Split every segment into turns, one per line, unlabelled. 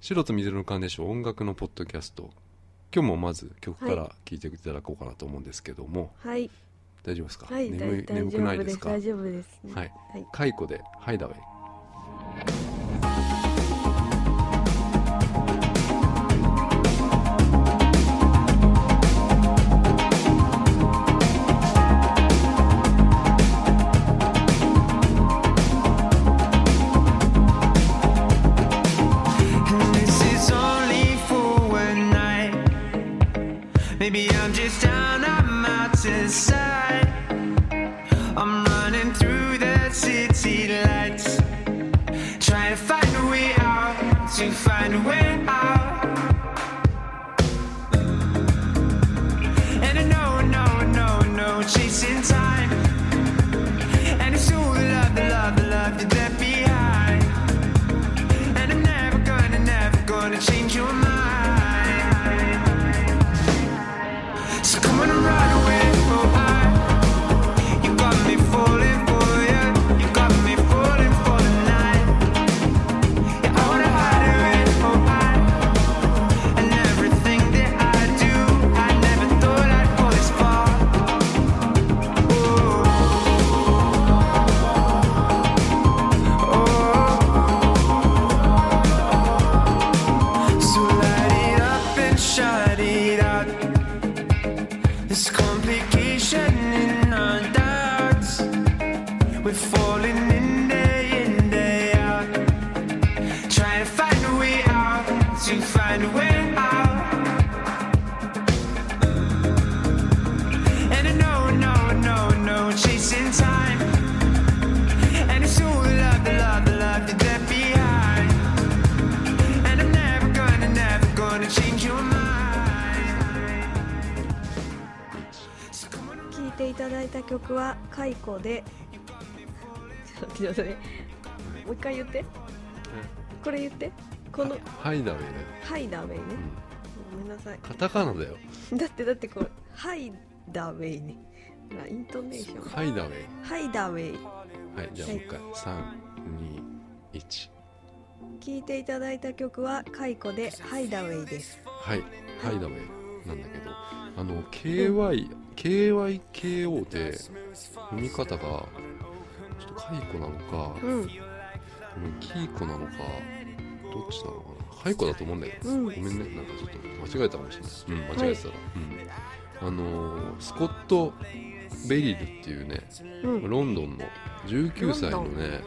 白と水色のカーネーション音楽のポッドキャスト今日もまず曲から聴いていただこうかなと思うんですけども、
はい、
大丈夫ですか、
はい、
眠い
大
眠
丈
くないで
夫ですす。
か
大丈夫です。
はい。
はい。
カイコでハイダウェイ
And This is only for a night. Maybe I'm just down on mountain side. I'm running through the city lights, trying to find a way out. To find a way out. And I know, no, no, no, chasing time. And it's all the love, the love, the love you left behind. And I'm never gonna, never gonna change your mind. So come on and run away, for I. You got me falling for you. You got me falling for the night. Yeah, I wanna hide away, for I. And everything that I do, I never thought I'd go this far. Oh, oh. So light it up and shut it out. This complication in our doubts. We're falling in day in, day out. Trying to find a way out, to find a way out. And I know, no, no, no, chasing time. And it's all the love, the love, the love you left behind. And I'm never gonna, never gonna change your mind.
聞いていただいた曲はカイコで。ちょっと待ってくださいねもう一回言って。これ言って。この
ハイダウェイだよ、
ハイダウェイね。ごめんなさい。
カタカナだよ
だってだってこれハイダウェイね。ほらイントネーション。
ハイダウェイ
ハイダウェイ。
はいじゃあもう一回321
聞いていただいた曲はカイコでハイダウェイです。
はいハイダウェイなんだけどあの KYKYKO で読み方がちょっとカイコなのか、
うん
うんキーコなのかどっちなのかなハイコだと思うんだけど、
うん
ごめんねなんかちょっと間違えたかもしれない、うん、間違えてたら、うん、あのースコット・ベリルっていうね、
うん
ロンドンの19歳の
ロンド
ね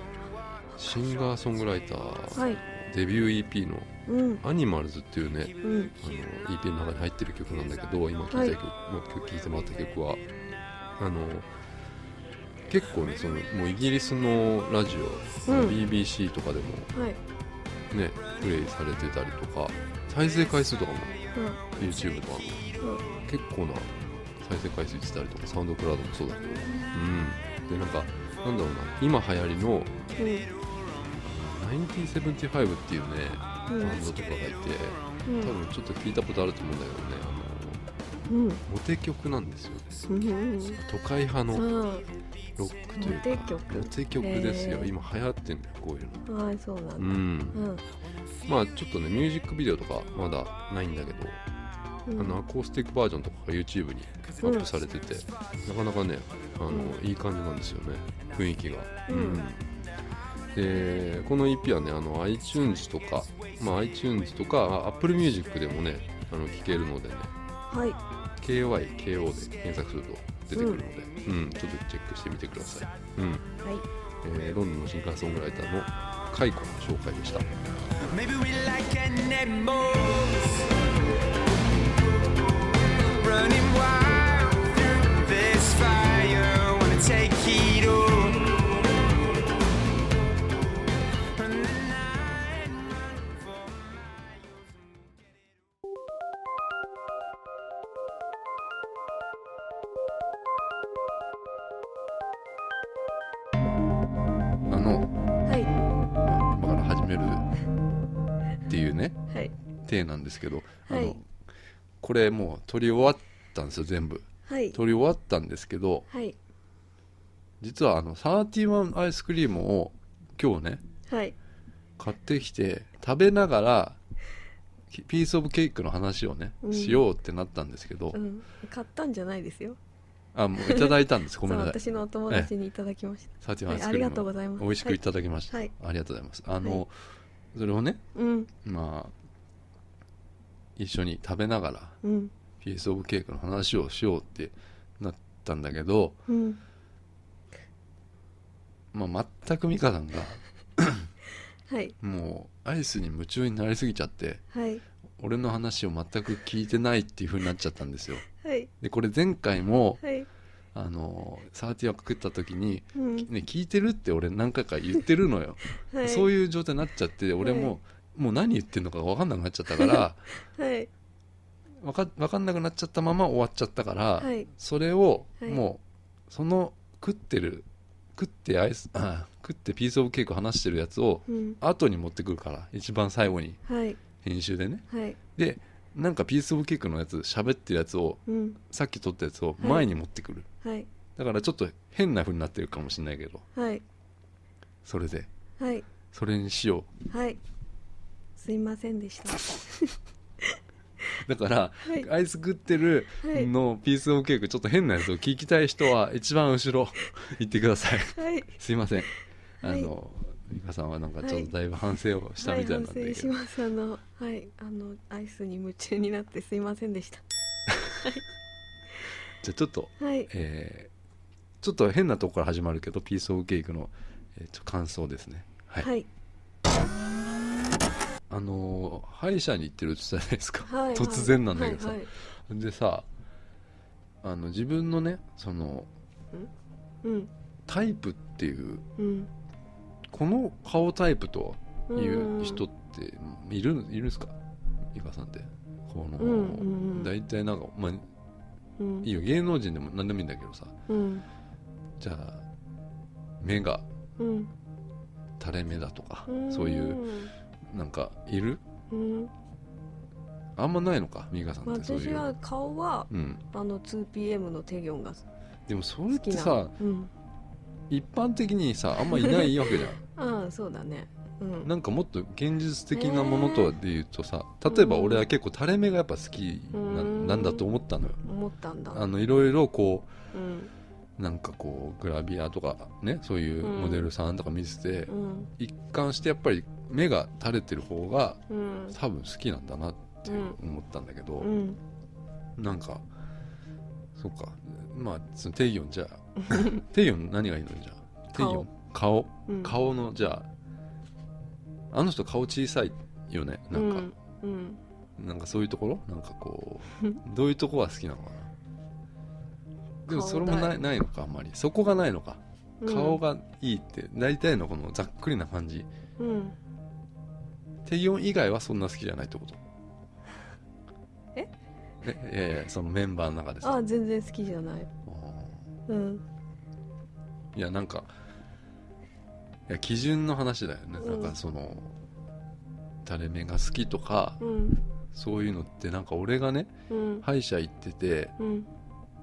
シンガーソングライター、
はい。
デビュー EP の
うん
「アニマルズ」っていうね
うん
あの EP の中に入ってる曲なんだけど今聴いた曲、もう今日聴いてもらった曲はあの結構ねそのもうイギリスのラジオ、
うん
BBC とかでも
はい。
ねプレイされてたりとか再生回数とかも
うん
YouTube とかも
うん
結構な再生回数いってたりとかサウンドクラウドもそうだけどうんでなんかなんだろうな今流行りの1975っていうねバ
うん
ンドとかがいて
うん
多分ちょっと聞いたことあると思うんだけどねあの
うん
モテ曲なんですよ
うんうん。
都会派の
うん。
ロックというか
モテ曲
モテ曲ですよ
へー
今流行ってんだよこういうの
はい、そうな
うん
だ。うんん。
まあちょっとねミュージックビデオとかまだないんだけど、
うん
あのアコースティックバージョンとかが YouTube にアップされてて、なかなかねあの、いい感じなんですよね雰囲気が、
うん
でこの EP はねあの iTunes とか、まあ、iTunes とか AppleMusic でもねあの聴けるのでね
はい。
KYKO で検索すると出てくるので、うんちょっとチェックしてみてください、うん
はい。
えーロンドンの新刊ソングライターのカイコの紹介でした
Maybe we like animals running wild through this fire. Wanna take oh. it all. Run the night, run for fire.
あの
はい。
今から始めるっていうね
はい。
体なんですけど、
は
あ
い
のこれもう撮り終わったんですよ全部
はい。
撮り終わったんですけど
はい。
実はあのサーティワンアイスクリームを今日ね
はい。
買ってきて食べながらきピース・オブ・ケークの話をね、
うん
しようってなったんですけど、
うん、買ったんじゃないですよ
あもういただいたん ですごめんなさい
そう私のお友達にいただきまし
サーティ
た、
ワン
はい、
ス
あ
ク
り
ー
が
ル
とう
の
ございます
美味しくい
は
ただきました、
はい
ありがとうございますあの、
はい
それをね
いうん
まあ一緒に食べながら
うん
ピース・オブ・ケークの話をしようってなったんだけど、
うん
まあ、全く美香さんが
はい
もうアイスに夢中になりすぎちゃって
はい
俺の話を全く聞いてないっていう風になっちゃったんですよ
はい
でこれ前回も
はい
あのサーティワン食った時に、
うん
ね、聞いてるって俺何回か言ってるのよ、
はい
そう
い
いう状態になっちゃって俺も、もう何言ってんのか分かんなくなっちゃったから
うはい
分かわかんなくなっちゃったまま終わっちゃったから、
はい
それを
はい
もうその食ってる食ってアイスあ食ってピース・オブ・ケーク話してるやつを
うん
後に持ってくるから一番最後に
はい
編集でね
はい
でなんかピース・オブ・ケークのやつ喋ってるやつを
うん
さっき撮ったやつを
い
前に持ってくる、
はい
だからちょっと変な風になってるかもしれないけど
はい
それで
はい
それにしよ
はいすいませんでした
うだから、
はい
アイス食ってる
はい
のピース・オブ・ケークちょっと変なやつを聞きたい人は一番後ろ 行ってください
はい
すいませんあ
はい
の美香さんはなんかちょっとだいぶ反省をした
はい
みたい
反
なんだけど、
省しますあのはいあのアイスに夢中になってすいませんでした
じゃあちょっと
はい
えーちょっと変なとこから始まるけどピース・オブ・ケークの、えーちょ感想ですねはい、
はい
あのー歯医者に行ってるって言ったじゃないですか、
はい
突然なんだけどさ、
はいはい
でさあの自分のねその
うん
タイプっていう
うん
この顔タイプと
うん
いう人っている,、いるんですか伊賀さんってこの、
うんうんうん
大体なんかまあ
うん
いいよ芸能人でも何でもいいんだけどさ
うん
じゃあ目が
うん
垂れ目だとかそういうなんかいる
うん、
あんまないのかミカさんってそうい
私
う
は顔は
うん、
あの 2PM のテギョンが好
でもそれっ
き
て
な
さ
うん、
一般的にさあんまいないわけじゃ
ああそうだねうん
んなんかもっと現実的なものとはで言うとさ例えば俺は結構垂れ目がやっぱ好きな
うん
なんだと思ったのよ
思ったんだ
あのいろいろこ
うん
うなんかこうグラビアとかねそういうモデルさんとか見てて
うん
一貫してやっぱり目が垂れてる方が
うん
多分好きなんだなって思ったんだけど、
うん
なんかそっかまあそのテイヨンじゃ あテイヨン何がいいのじゃあテイヨン顔
うん
顔のじゃああの人顔小さいよねなんか、
うんうん
なんかそういうところなんかこ うどういうとこが好きなのかなでもそれも
顔だ
ない
よ
ないのかあんまりそこがないのか
うん
顔がいいって大体のこのざっくりな感じ
うん
テイヨン以外はそんな好きじゃないってこと
え
えいやいやそのメンバーの中で
あ
さ
あ全然好きじゃない
うん
うん
いやなんかいや基準の話だよね、
うん
なんかその垂れ目が好きとか、
うん
そういうのってなんか俺がね
うん
歯医者行ってて
うん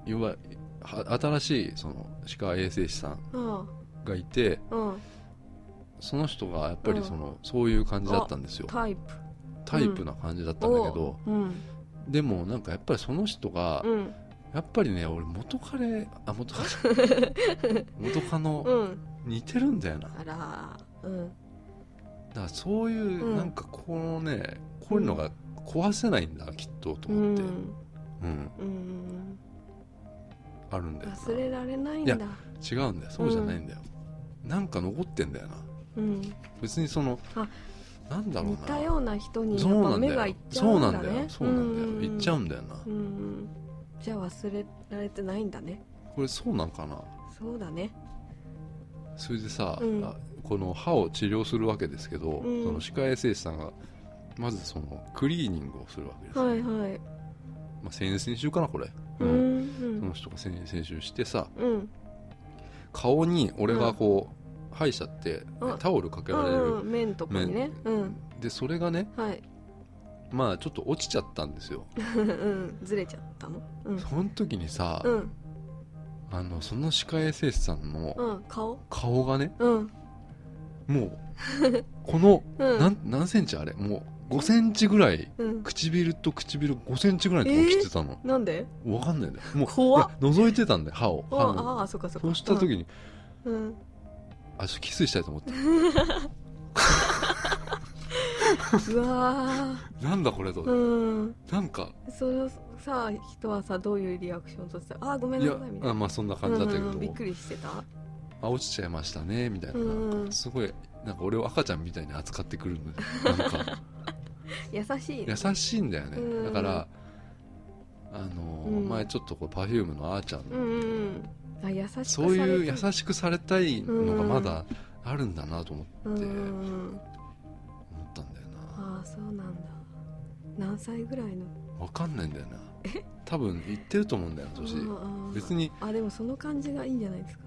要はは新しいその歯科衛生士さん
あ
がいて
あうん
その人がやっぱ
うん
りその、そういう感じだったんですよ
タイプ
タイプな感じだったんだけど、
うん
でもなんかやっぱりその人が、
うん
やっぱりね俺元カレあ元カ 元カ
う
ノ
ん
似てるんだよな
あらうん
だからそういう、
うん
なんかこのねこういうのが壊せないんだきっとと思って、うん
うん
あるんだよな
忘れられないんだ
い違うんだよそうじゃないんだよ、なんか残ってんだよな
うん
別にその
あ
なんだろう
似
な
たような人に
そ
やっ
う
ぱ
なん
目
だ
がい
よ
っちゃ
そううなんん
だ
だよ
ね
そうなんだよ行っちゃうんだよな、
うんうんじゃあ忘れられてないんだね
これそうなんかな
そうだね
それでさ、
うん
あこの歯を治療するわけですけど、
うん
その歯科衛生士さんがまずそのクリーニングをするわけですよ、
はいはい
まあ、先々週かなこれ、
う
うんそ
ん
の人が先々週してさ、
うんうん
顔に俺がこう、歯医者って
うん
タオルかけ
う
られ
んう
る、
ん面とかにねうん
でそれがね
はい
まあちょっと落ちちゃったんですよ、
うんずれちゃったのうん
その時にさ、
うん
あのその歯科衛生士さんの
うん顔
顔がね
うん
もうこの、
うん
なん何センチあれもう5センチぐらい
うん
唇と唇5センチぐらいのとこ切ってたの、
なんで
わかんないんだよもう
怖っ
いや覗いてたんだよ歯を
あ
歯
あ
を
あそっかそっか
そうした時に、
うんうん
あちょっとキスしたいと思って
うわ
なんだこれと、
ーうん
なんか
そのさ人はさどういうリアクションとしてあーごめん
い
な
や
さいみたい
あ
な
まあそんな感じだったけど、
うんうんびっくりしてた
あ落ちちゃいましたねみたいな,、
うん
すごいなんか俺を赤ちゃんみたいに扱ってくるんだ よなんか
優しいね
優しいんだよね、
うん
だからあのー
うん
前ちょっとこう Perfume のあーちゃんの
うんうんあ優しくされて
そういう優しくされたいのがまだあるんだなと思
うん
って
うん
思ったんだよな
ああそうなんだ何歳ぐらいの
分かんないんだよな多分言ってると思うんだよな年別
に
に
あでもその感じがいいんじゃないですか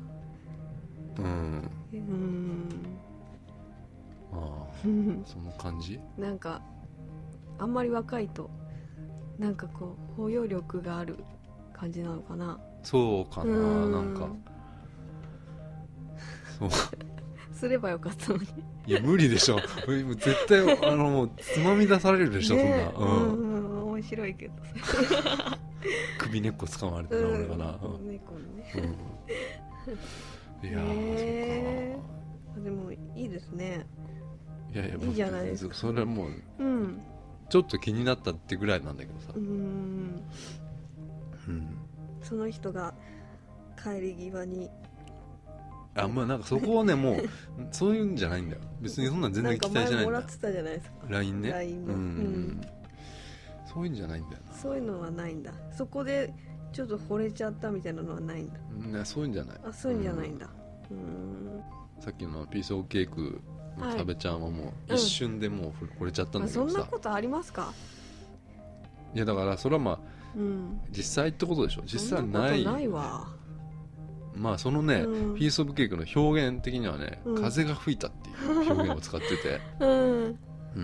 うん
えうん
まあその感じ
なんかあんまり若いとなんかこう包容力がある感じなのかな
そうかな
うん
なんかそう
すればよかったのに
いや無理でしょもう絶対あのもうつまみ出されるでしょそん
ね
な、うん
うんうん面白いけど
首根っこ掴まれて
う
なん俺がな、うん
猫のね
うんいやー、
ねあでもいいですね
そっかいやいや
いいじゃないですか
それはもう
うん
ちょっと気になったってぐらいなんだけどさ
う、ん
うん
その人が帰り際に
あまあなんかそこをねもうそういうんじゃないんだよ別にそんなん全
なん
然
か
期待し
前
ない
も
んだ
ら
よ
ってたじゃないですか
LINE ね
LINE
うん
のうん
そういうんじゃないんだよ
そういうのはないんだそこでちょっと惚れちゃったみたいなのはないんだ
なねそういうんじゃない
あそういうんじゃないんだうーん
さっきのピースオーケークの
はい
食べちゃんはもう
うん
一瞬でもう惚れちゃったんだ
あ
け
そ
ど
んな
さ、
ことありますか
いやだからそれはまあ
うん
実際ってことでしょ実際はない
そんなことないわ
まあそのね、
うん
ピースオブケークの表現的にはね、
うん
風が吹いたっていう表現を使ってて、
うん
うん、
う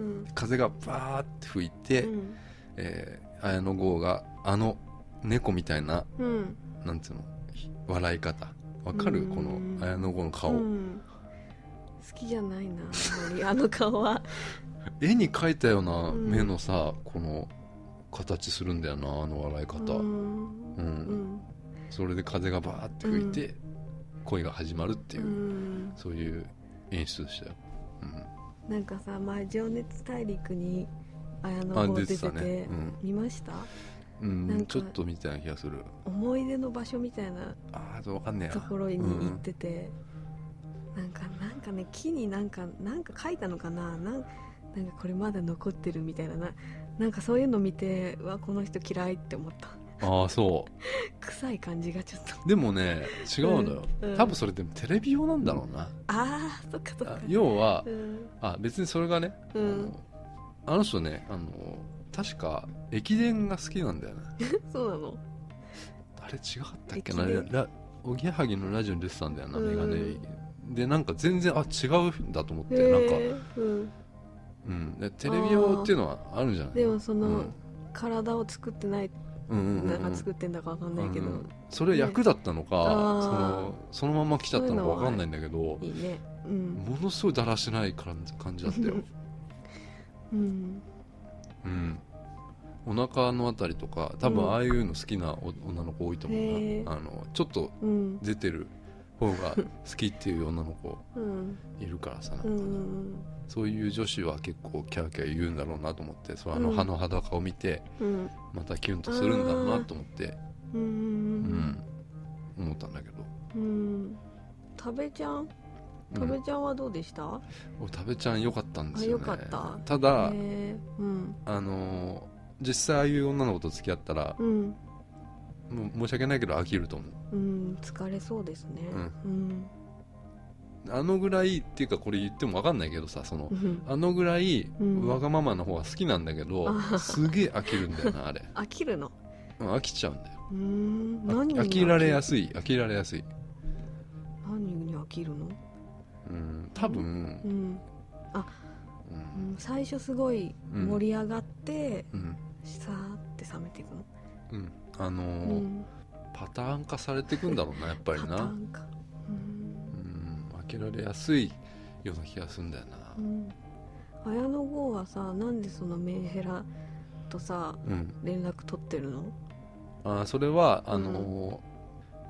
ん
風がバーって吹いて、
うん
えー綾野剛があの猫みたいな
うん
なんつうのひ笑い方わかる
うん
この綾野剛の顔、
うん好きじゃないなあんまりあの顔は
絵に描いたような
うん
目のさ、この形するんだよなあの笑い方、
う
うん
ん
それで風がバーって吹いて、恋が始まるって
う
いう、
ん
そういう演出でしたよ、
なんかさ前「情熱大陸」に綾
う
野
ん、あ
剛
出
出
て
て
た
て
ね、うん
見ました
う
なん
ん、
か
ちょっとみたいな気がする
思い出の場所みたいな
ああわかんねえな
ところに行ってて、なんかなんかね木になんかなんか書いたのかななんなんかこれまだ残ってるみたいなななんかそういうの見てうわこの人嫌いって思った
うんああそ
臭い感じがちょっと
うでもね違うのよ、
うんうん
多分それでもテレビ用なんだろうな、
あーそっかそっ
あ
か
要は
うん
あ別にそれがね、
うん
あのあの人ねあの確か駅伝が好きなんだよね
そうなの
あれ違かったっけな
駅伝
ラおぎやはぎのラジオに出てたんだよな、
うん
メガネでなんか全然あ違うんだと思って、なんか、
へーうん、
うん、でテレビ用っていうのはあるんじゃない
でもその、
うん
体を作ってない
うんうんうん
な
うん
んか作ってんだかわかんないけど、
うんうんそれ役だったのか、
ねあー
そのそのまま来ちゃったのかわかんないんだけど
いいねうん、
ものすごいだらしない感じ感じだったよ、
うん、
うん、お腹のあたりとか多
う
分
ん
ああいうの好きなお女の子多いと思
へ
う
ー
なあのちょっと
うん
出てる方が好きっていう女の子
うん
いるからさなん
う
かね、
んうん
そういう女子は結構キャーキャー言うんだろうなと思ってそうあの
うん
歯の裸を見て
うん
またキュンとするんだろうなと思って、
うんう
うんん、思ったんだけど、
うん食べちゃん
う
食
ん
べちゃんはどうでした、
お食べちゃん良かったんですよね
あ良かった
だ、
えーうん
あのー実際ああいう女の子と付き合ったら
う、ん
もう申し訳ないけど飽きると思う
うん疲れそうですねうん
あのぐらいっていうかこれ言っても分かんないけどさその
うん
あのぐらい
うん
わがままの方が好きなんだけど、
あ
すげえ飽きるんだよな あれ
飽きるの
うん飽きちゃうんだよ
うーん
飽
何に
飽きられや
い
すい飽きられやすい
何に飽きるの
うん多分
うん、
う
うんん、最初すごい盛り上がって、
うん、
さーって冷めていくの、
うんあの
う
ー
ん、
パターン化されていくんだろうなやっぱ
パ
り
タ
な
ーンかうん
うん飽きられやすいような気がするんだよな、
うん綾野剛はさなんでそのメンヘラとさ
うん、
連絡取ってるの
あーそれはあの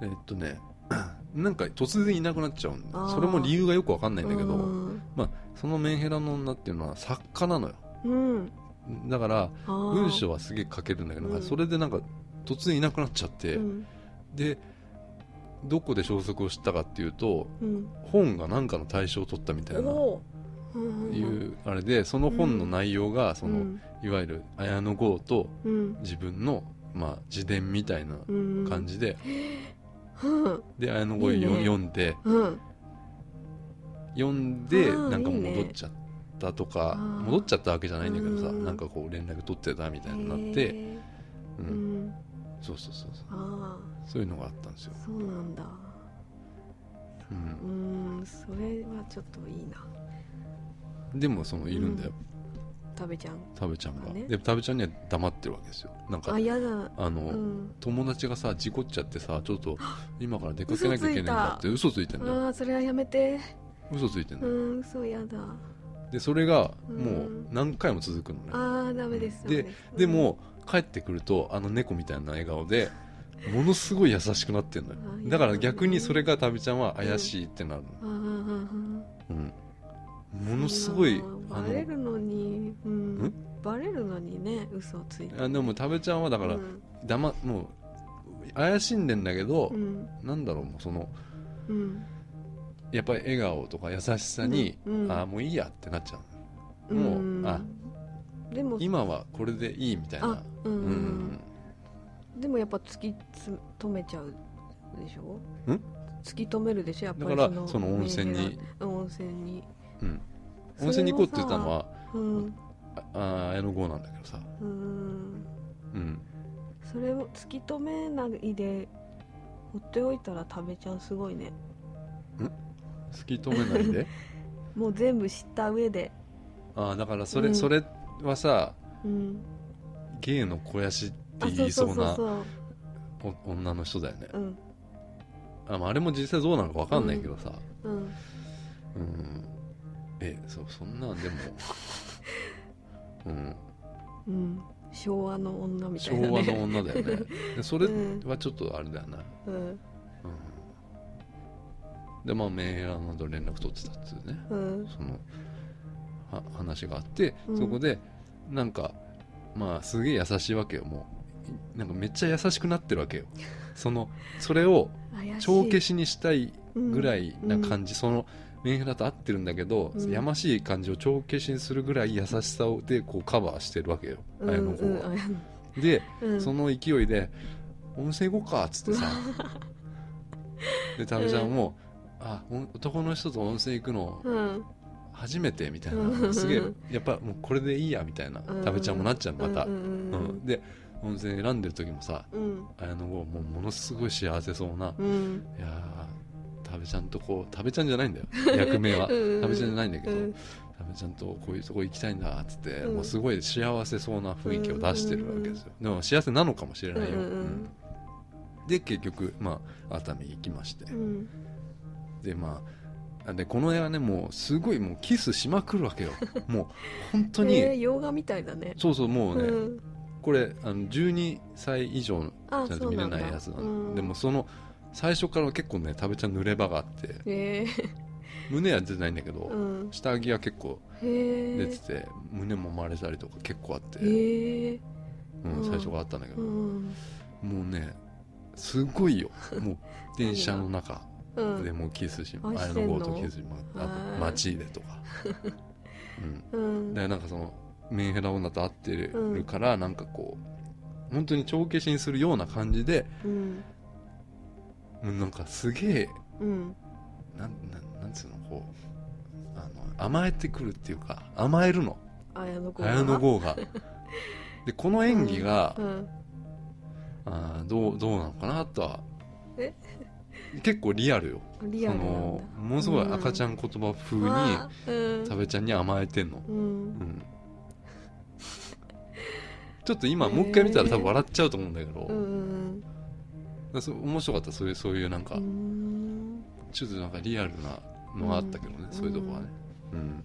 ーえっとね なんか突然いなくなっちゃうんだ
あー
それも理由がよくわかんないんだけど、
うん、
そのメンヘラの女っていうのは作家なのよ
うん、
だから
あー
文章はすげえ書けるんだけど、
うん
それでなんか突然いなくなっちゃって、
うん
でどこで消息を知ったかっていうと
うん
本が何かの対象を取ったみたいな
おーうんうん
い
うん
うあれでその本の内容がその、
うん
いわゆる綾野剛と
うん
自分の、まあ、自伝みたいな
うん
感じで、
うん
で綾野剛をよ
いいね
読んで
うん
読んで
あー
なんか
いいね
戻っちゃったとか
あー
戻っちゃったわけじゃないんだけどさ、
うん
なんかこう連絡取ってたみたいになっ
へ
て、
ー
う、
うんん
そうそうそうそう
あ
そういうのがあったんですよ
あ、そうなんだ
う
うんんそれはちょっといいな
でもそのいるんだよ、
食べちゃん
タベちゃんが、
あね
でタベちゃんには黙ってるわけですよなんか
あ
あ
やだ
の、
うん
友達がさ事故っちゃってさちょっと今から出かけなきゃいけないんだって嘘ついて
あ
んだよ
ーそれはやめて
嘘ついてんだ
う
よ、
んそうやだ
でそれが
うん
もう何回も続くのね、
あーダメです
で
ダメす
でも帰ってくるとあの猫みたいな笑顔でものすごい優しくなってんのよ
あー
だから逆にそれがタベちゃんは怪しいってなるの、
うんあー
うん
あー
ものすごい
うん
あ
バレ
の
るのにうん
ん
バレるのにね嘘をついて
あでもタベちゃんはだから
うん
だまもう怪しんでんだけど、
うん
なんだろうもうその
うん
やっぱり笑顔とか優しさに、
うん
ああもういいやってなっちゃうもうあ
でも
今はこれでいいみたいな
あうん
うんうん
でもやっぱ突きつ止めちゃうでしょ
ん
突き止めるでしょやっぱ
だ
り
からその温泉
メンヘ
に、
ラ温泉に
うん、温泉に行こうって言ったのは
うん
ああ綾野剛なんだけどさ、
うん
うん、
それを突き止めないで放っておいたら食べちゃうすごいね
突き止めない で
もう全部知った上で
ああだからそれ、
うん
それはさ
うん
芸の肥やしって
あ
言
そう
いそう
そ
う
そう
な
そう
お女の人だよね
うん
あまああれも実際どうなのか分かんないけどさ、
うん
うんえそうそんなんでも うん
うん昭和の女みたいなね
昭和の女だよねでそれ
うん
はちょっとあれだよな、
うん
うん、でまあメンヘラなど連絡取ってたっていうね
うん
そのは話があって、
うん
そこでなんかまあすげえ優しいわけよもういなんかめっちゃ優しくなってるわけよそのそれを
怪しい
帳消しにしたいぐら
い
いな感じ、そのメンヘラと合ってるんだけど、
うん
やましい感じを帳消しにするぐらい優しさをでこうカバーしてるわけよ
うん
綾
う
野
ん
剛は。
うん
で
うん
その勢いで「温泉行こうか」っつって さでタブちゃんも「あお男の人と温泉行くの
うん
初めて」みたい
うん
なすげえやっぱもうこれでいいやみたいな
うん
タブちゃんもなっちゃうまた、
う
うん
んうん
で温泉選んでる時もさ
うんうん
綾野剛もうものすごい幸せそうな
うんうん
いやー食べちゃんとこう食べちゃんじゃないんだよ 役名は
うんうんうん
食べちゃんじゃないんだけど、
うん
食べちゃんとこういうとこ行きたいんだっつって、
うん
もうすごい幸せそうな雰囲気を出してるわけですよ、でも幸せなのかもしれないよ、
うんうんうん
うんで結局まあ熱海行きまして、
うん
でまああでこの絵はねもうすごいもうキスしまくるわけよ もう本当に、
えー洋画みたいだね
そうそうもうね、
うん
これあの12歳以上
あ
じゃない
そ
と
う
見れ
なんだ
ないやつなの
うん
でもその最初から結構ね食べちゃん濡れ場があって
へえ
胸は出てないんだけど、
うん
下着は結構
へ
出
え
てて、胸もまれたりとか結構あって、
へえ
うん、
うん
最初からあったんだけ
う
ど、
ん
もうねすご いよもう電車の中
うん
でもうキスし、
あ
綾
して
野
んの
剛とキスしまあ
は
と
い
街でと か、うん、
うん
だからなんかそのメンヘラ女と会ってるから、なんかこう本当に帳消しにするような感じで
うん
うんなんかすげえ
うん
なんなんなんつうのこうあの甘えてくるっていうか甘えるの
綾野剛
綾野剛がでこの演技が、
うん
あーどうどうなのかなとは
え
結構リアルよ
リアル
そ
なん
の
だ
ものすごい赤ちゃん言葉風
うん
に
わあうん
食べちゃんに甘えてんの、
う
うんん、ちょっと今もう一回見たら多分笑っちゃうと思うんだけど、
うんうん
だそう面白かったそういうそういうなんか、
うん
ちょっとなんかリアルなのがあったけどね、
うん
そういうとこはね、うん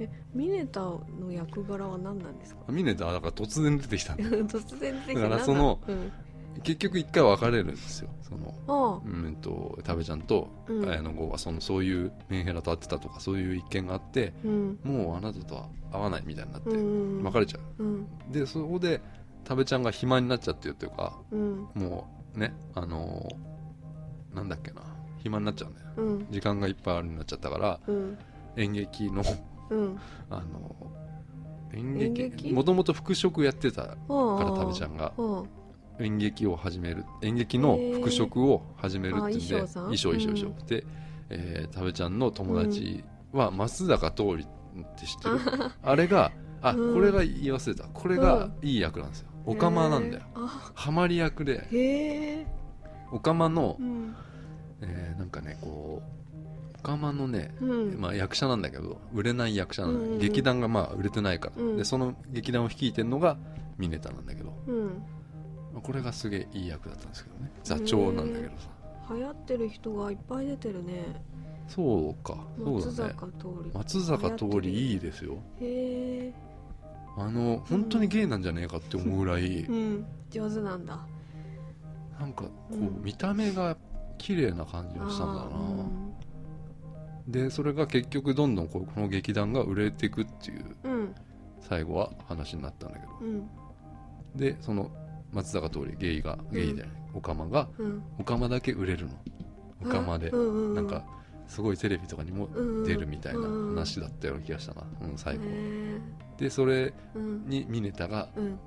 えミネタの役柄は何なんですか
ミネタはだから突然出てきたんだよ
突然出てきた
だからその
なんうん、
結局一回別れるんですよその
あ
うんと食べちゃんと
うん
綾野剛はそのそういうメンヘラと会ってたとかそういう一見があって
あうん
もうあなたとは会わないみたいになって
うん
別れちゃ
うん
うでそこで食べちゃんが暇になっちゃってるというか
うん
もうねあのーなんだっけな暇になっちゃうんだよ
うん
時間がいっぱいあるようになっちゃったから
うん
演劇の
うん
あのー演
演
劇
劇
もともと服飾やってたか
あ
ら食べちゃんが
うん
演劇を始める演劇の服飾を始めるっていうんで、
へーあ衣装さん
衣装衣装衣装、で、えー、食べちゃんの友達は松坂桃李って知ってる、あれがあ、
うん
これが言い忘れたこれがいい役なんですよおかまなんだよ
へーあ
ハマり役で
へえ
おかまの
う、ん
えーなんかねこうおかまのね、
うん
まあ、役者なんだけど売れない役者なの、
うん
劇団がまあ売れてないから、
うん
でその劇団を率いてるのがミネタなんだけど
うん
これがすげえいい役だったんですけどね座長なんだけどさ、
流行ってる人がいっぱい出てるね
そうか、そう
松
だね。
坂桃李、
松坂桃
流行ってる
李いいですよ。
へえ
あの、本当にゲイなんじゃねえかって思うぐらい、
うん上手なんだ
なんかこう、
うん
見た目が綺麗な感じがしたんだな。
あーうん
で、それが結局どんどんこうこの劇団が売れていくっていう
うん
最後は話になったんだけど。
うん
で、その松坂桃李ゲイが、ゲイじゃない、オカマが、
うん
オカマだけ売れるの。オカマで。
うんうんうん
なんか、すごいテレビとかにも出るみたいな
うんうん
話だったような気がしたな。うん、
へ
最後。
え
で、それ
うん
にミネタが、
うん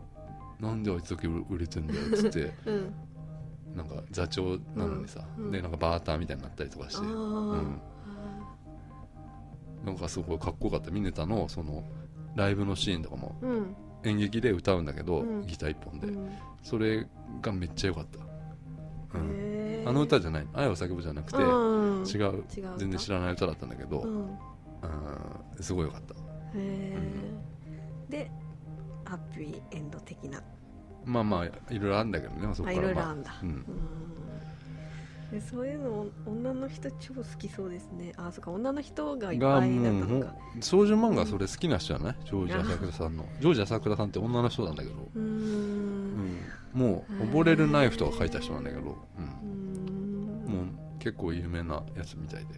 なんであいつだけ売れてんだよっつって
うん
なんか座長なのにさ、
うんうん
でなんかバーターみたいになったりとかし
あ
て
ー
なんかすごいかっこよかったミネタのそのライブのシーンとかも
うん
演劇で歌うんだけど、
うん
ギター一本
う
で、
ん
それがめっちゃ良かった、うん
へー
あの歌じゃない「愛を叫ぶ」じゃなくて、
うん
違う
違う歌
全然知らない歌だったんだけど、う
う
ん
ん
すごい良かった
へえ
うん
でハッピーエンド的な
まあまあいろいろあるんだけどねそこか
あいろ
ら
いろ
ま
あ
あ
んだ
うん
うんでそういうの女の人超好きそうですねあそっか女の人がいっ
が
ぱいだっ
も
た
うも
の
う
か
少女漫画それ好きな人じゃないジョージアさくらさ んのジョージアさくらさんって女の人なんだけど、
うーん
もう「溺れるナイフ」とか書いた人なんだけど、
うー
うんん、もう結構有名なやつみたいで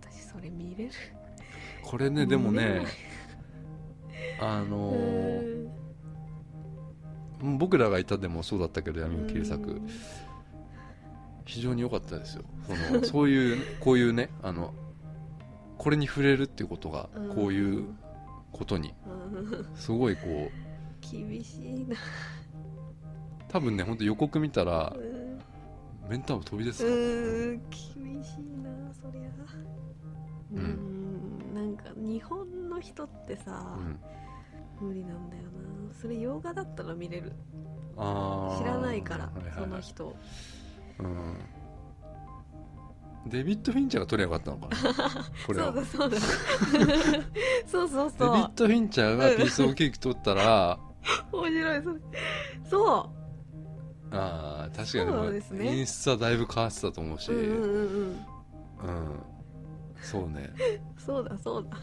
私それ見れる
これねでも
見れ
ね
ない
あのー
うん
僕らがいたでもそうだったけど闇を切り裂く非常に良かったですよそのそう いうこういうねあのこれに触れるっていうことが
うん
こういうことに
うん
すごいこう
厳しいな
多分ねほんと予告見たら
うん
メンタル飛び出
う
す
ーん厳しいなそりゃう
うん
んなんか日本の人ってさ、
うん
無理なんだよなそれ洋画だったら見れる
あー
知らないから、
はいはいはい
その人を
うんデビッド・フィンチャーが取ればよかったの かなこれは
そう
デ
だ そうだそうそう
ビ
そう
ッド・フィンチャーがピース・オブ・ケーキ取ったら
面白いそれそ
あー確
そ
か
う
に
で
ですも
ね
インスタだいぶ変わってたと思うし、
う、うん
う
うんんうんうん、
そうね
そうだそうだ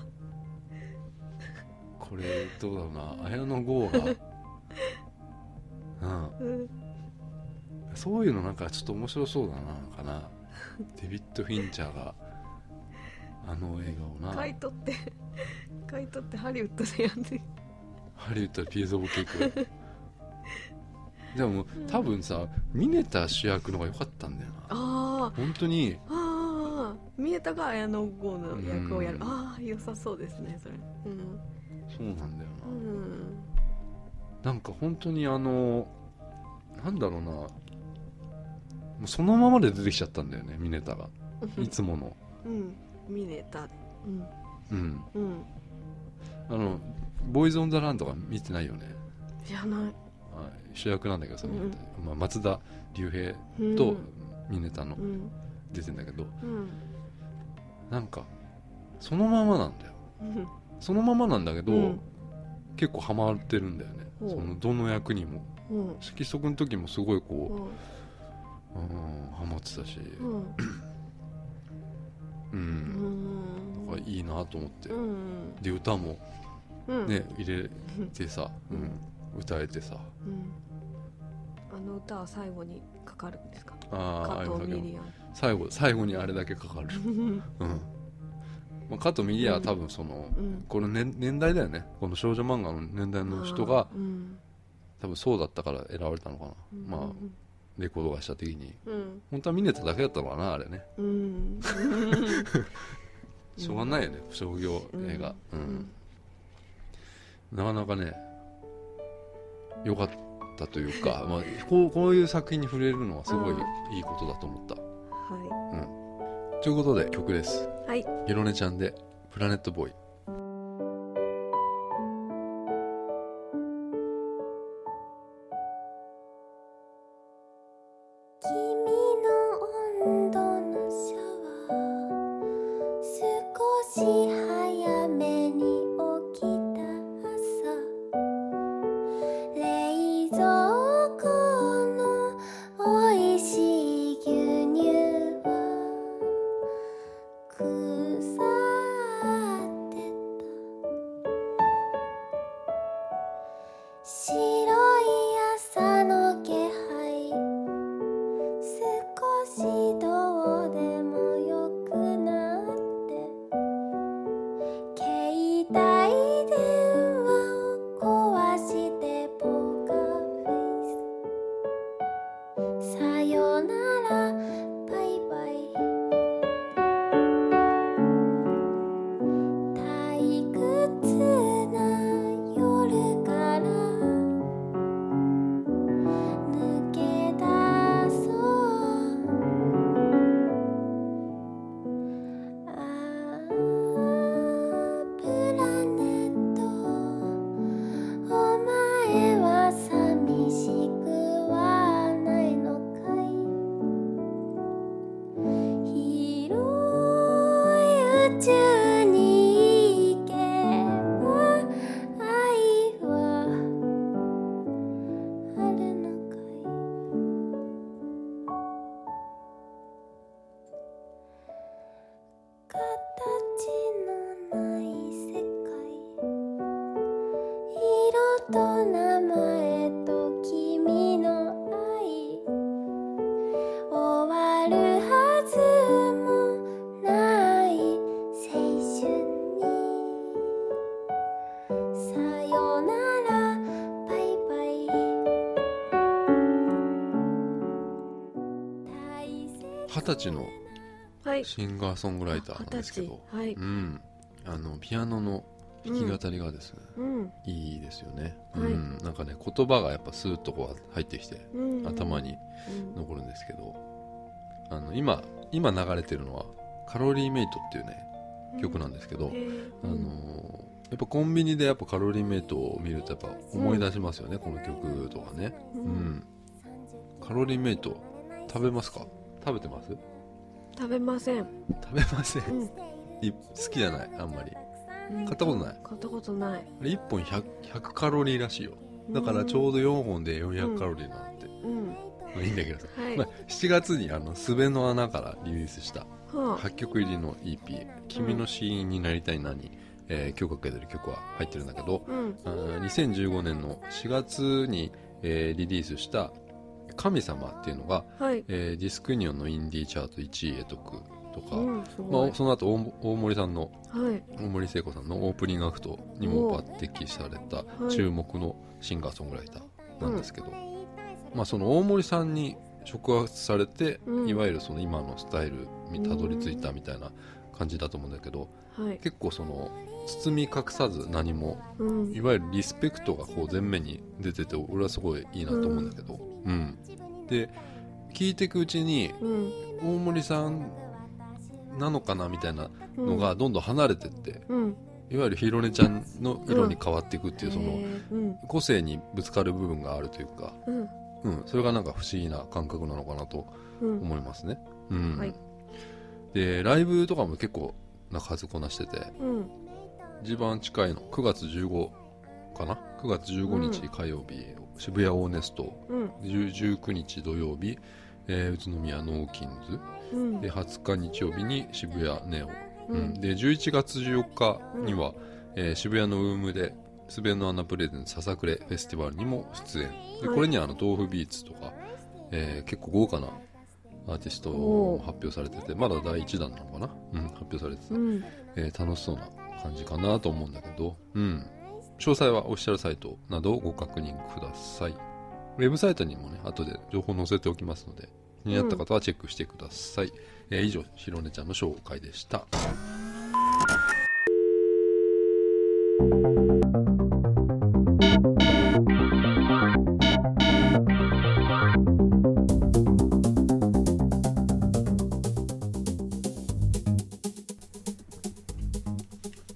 これどうだろうな綾野剛が、うん、
うん
そういうのなんかちょっと面白そうだななんかなデビッド・フィンチャーがあの映画をな
買い取って 買い取ってハリウッドでやって
ハリウッドでピーズ・オブ・ケー クでも多分さミネタ主役の方が良かったんだよな
ああ
本当に
ああ見えたが綾野剛の役をやる、
うん
ああ良さそうですねそれうん
そうなんだよ
う
な、
ん
なんか本当にあのなんだろうなもうそのままで出てきちゃったんだよねミネタがいつもの
うん見れたうん
うん
うん
あのボーイズ・オン・ザ・ランとか見てないよね
じゃない
あ主役なんだけどその、
うん
まあ、松田龍平
うん
とミネタの
うん
出てんだけど、
うん
なんかそのままなんだよ
うん
そのままなんだけど、
うん
結構ハマってるんだよね
ほう
そのどの役にも
うん
色足の時もすごいこ
うん
ううんハマってたし、
うん
う、
うんん
なんかいいなと思って、
うん
で歌も
うん
ね入れてさ、
う
うんん、歌えてさ
うんあの歌は最後にかかるんですか
あ
加
ーあ
藤
れだ
ミ
け
リアン
最後最後にあれだけかかる、
うん
うんまあ、加藤ミリアは多分その、
うん
この年年代だよねこの少女漫画の年代の人
あ
が
ーうん
多分そうだったから選ばれたのかな、
うん
まあレコード会社的に
うん
本当はミネタだけだったのかなあれね
うん
しょうがないよね商業映画う、
うんん
なかなかね良かったという か、まあ、こうこういう作品に触れるのはすごいいいことだと思った
は
ということで曲です
いはい
ゲロネちゃんでプラネットボーイ
「君の温度のシャワー」「少し早めに起きた朝」「冷蔵庫の美味しい牛乳は腐ってた」「白い朝の気配」少しどうでもよくなって携帯電話を壊してポーカーフェイスさよならバイバイ退屈な夜から「抜け出そう」「ああプラネット」「お前は寂しくはないのかい」「広い宇宙に行けば愛は」あるのかい「形のない世界」「色と名前と君の愛」「終わるはずもない青春に」「さよならバイバイ」
二十歳の
はい
シンガーソングライターなんですけど
二、十歳はい
うん、あのピアノの弾き語りがですね、
うん
いいですよね、
はい
うん、なんかね言葉がやっぱスーッとこう入ってきて
うん
頭に
うん
残るんですけどあの今今流れてるのは「カロリーメイト」っていうね曲なんですけど、
へー
あのーやっぱコンビニでやっぱカロリーメイトを見るとやっぱ思い出しますよね、この曲とかね、
う
うんんカロリーメイト食べますか食べてます
食べません
食べません
うん
い好きじゃないあんまり
うん
買ったことない
買ったことない
あれ1本 100, 100カロリーらしいよだからちょうど4本で400カロリーなんて、
うん
まあ、いいんだけど、
はい
まあ、7月にあの「すべの穴」からリリースした
はあ
8曲入りの EP「君の死因になりたいなに」えー今日かけてる曲は入ってるんだけど、
うん
あー2015年の4月に、えーリリースした「神様」っていうのが、
はい
えーディスクニオンのインディーチャート1位へとくとか、
うんすご
ま
い
あ、その後大大森さんの
はい
大森聖子さんのオープニングアクトにも抜擢された
い
注目のシンガーソングライターなんですけど、まあ、その大森さんに触発されて、
うん
いわゆるその今のスタイルにたどり着いたみたいな感じだと思うんだけど
はい
結構その包み隠さず何も
うん
いわゆるリスペクトがこう前面に出てて俺はすごいいいなと思うんだけど、うんで聞いていくうちに
うん
大森さんなのかなみたいな
うん
のがどんどん離れてって、
うん
いわゆるひろねちゃんの色に変わっていくっていうそ
へ
の
ーうん
個性にぶつかる部分があるというか、
うん
うん、それがなんか不思議な感覚なのかなと
うん
思いますね。うん
はい
でライブとかも結構な数こなしてて
うん
一番近いの9月15かな9月15日火曜日、渋谷オーネスト
うん
10 19日土曜日、えー宇都宮ノーキンズ
うん
で20日日曜日に渋谷ネオン、うん、で11月14日には、えー渋谷のウームで「スベのアナプレゼンささくれフェスティバル」にも出演で
はい
これにはあの豆腐ビーツとか、えー結構豪華なアーティストを発表されててまだ第1弾なのかな、うん、発表されてて、
うん
えー楽しそうな感じかなと思うんだけど、うん、詳細はオフィシャルサイトなどをご確認くださいウェブサイトにもね後で情報載せておきますので気になった方はチェックしてください、えー以上ひろねちゃんの紹介でした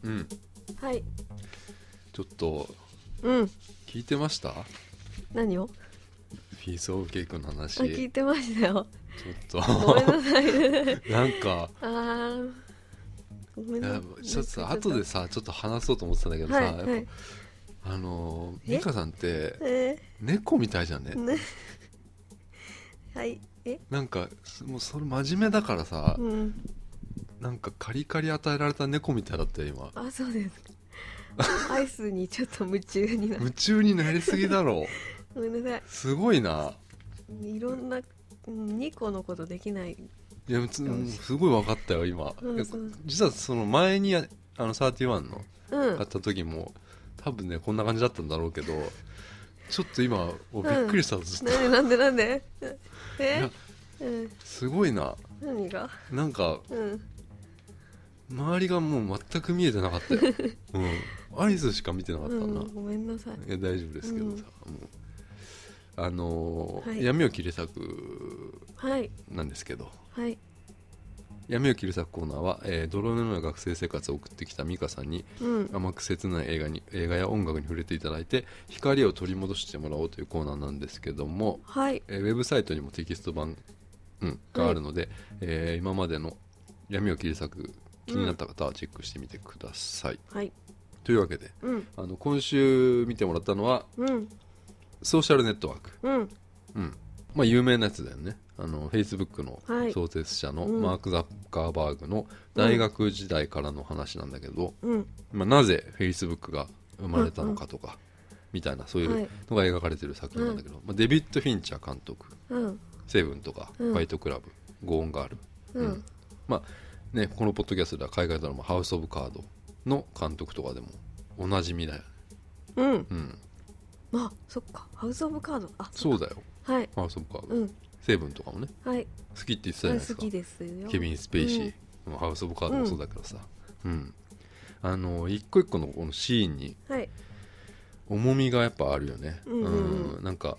うん
はい
ちょっと
うん
聞いてました
何を
ピースオブケークの話
あ聞いてましたよ
ちょっ
ごめん
と
なさい
なん か
あーごめ
い
んなさ
や
い
ちょっとさ後でさちょっと話そうと思ってたんだけどさ、
はいは
やっ
い
ぱあのー
え
美香さんって
え
猫みたいじゃんね
ー、ねはいえ
なんかすもうそれ真面目だからさ、
うん
なんかカリカリ与えられた猫みたいだったよ今
あそうです かアイスにちょっと夢中にな
夢中になりすぎだ ろ
ごめんなさ
すごいない
いろんな2個のことできない
いやうつうんすごい分かったよ今、
うん
いや
そう
実はその前にああの31の
うん
買った時も多分ねこんな感じだったんだろうけどちょっと今おびっくりしたずっと、
なんでなんでなん で
い
え
や
うん
すごいな
何が
なんか
うん
周りがもう全く見えてなか ったよ、うん、アリスしか見てなかっ
う
たな、
んごめんなさい
いや大丈夫ですけどさ、もうあのー
はい
闇を切り裂く
はい
なんですけど
はい
闇を切り裂くコーナーは、えー泥のような学生生活を送ってきた美香さんに
うん
甘く切ない映画に映画や音楽に触れていただいて光を取り戻してもらおうというコーナーなんですけども、
はい
えーウェブサイトにもテキスト版、うん、があるので、えー今までの闇を切り裂く気になった方はチェックしてみてください、
はい
というわけで
うん
あの今週見てもらったのは
うん
ソーシャルネットワーク、
うん
うんまあ、有名なやつだよねあの Facebook の
はい
創設者の
うん
マーク・ザッカーバーグの大学時代からの話なんだけど、
うん
まあ、なぜ Facebook が生まれたのかとか、みたいなそうい
は
う
い
のが描かれてる作品なんだけど、まあ、デビッド・フィンチャー監督
うん
「セブン」とか「
うん
ファイト・クラブ」ゴーン・ガール」
うん
うんまあねこのポッドキャストでは海外ドラマ「ハウス・オブ・カード」の監督とかでもおなじみだよ、
うん
うん、
あそっかハウス・オブ・カードあ
そうだよ
はい
ハウス・オブ・カード、
うん
セブンとかもね
はい
好きって言ってたじゃないです
好
か
きですよ
ケビン・スペイシー、ハウス・オブ・カードもそうだけどさ、うんあの一個一個のこのシーンに
はい
重みがやっぱあるよね、
うんうんうん
なんか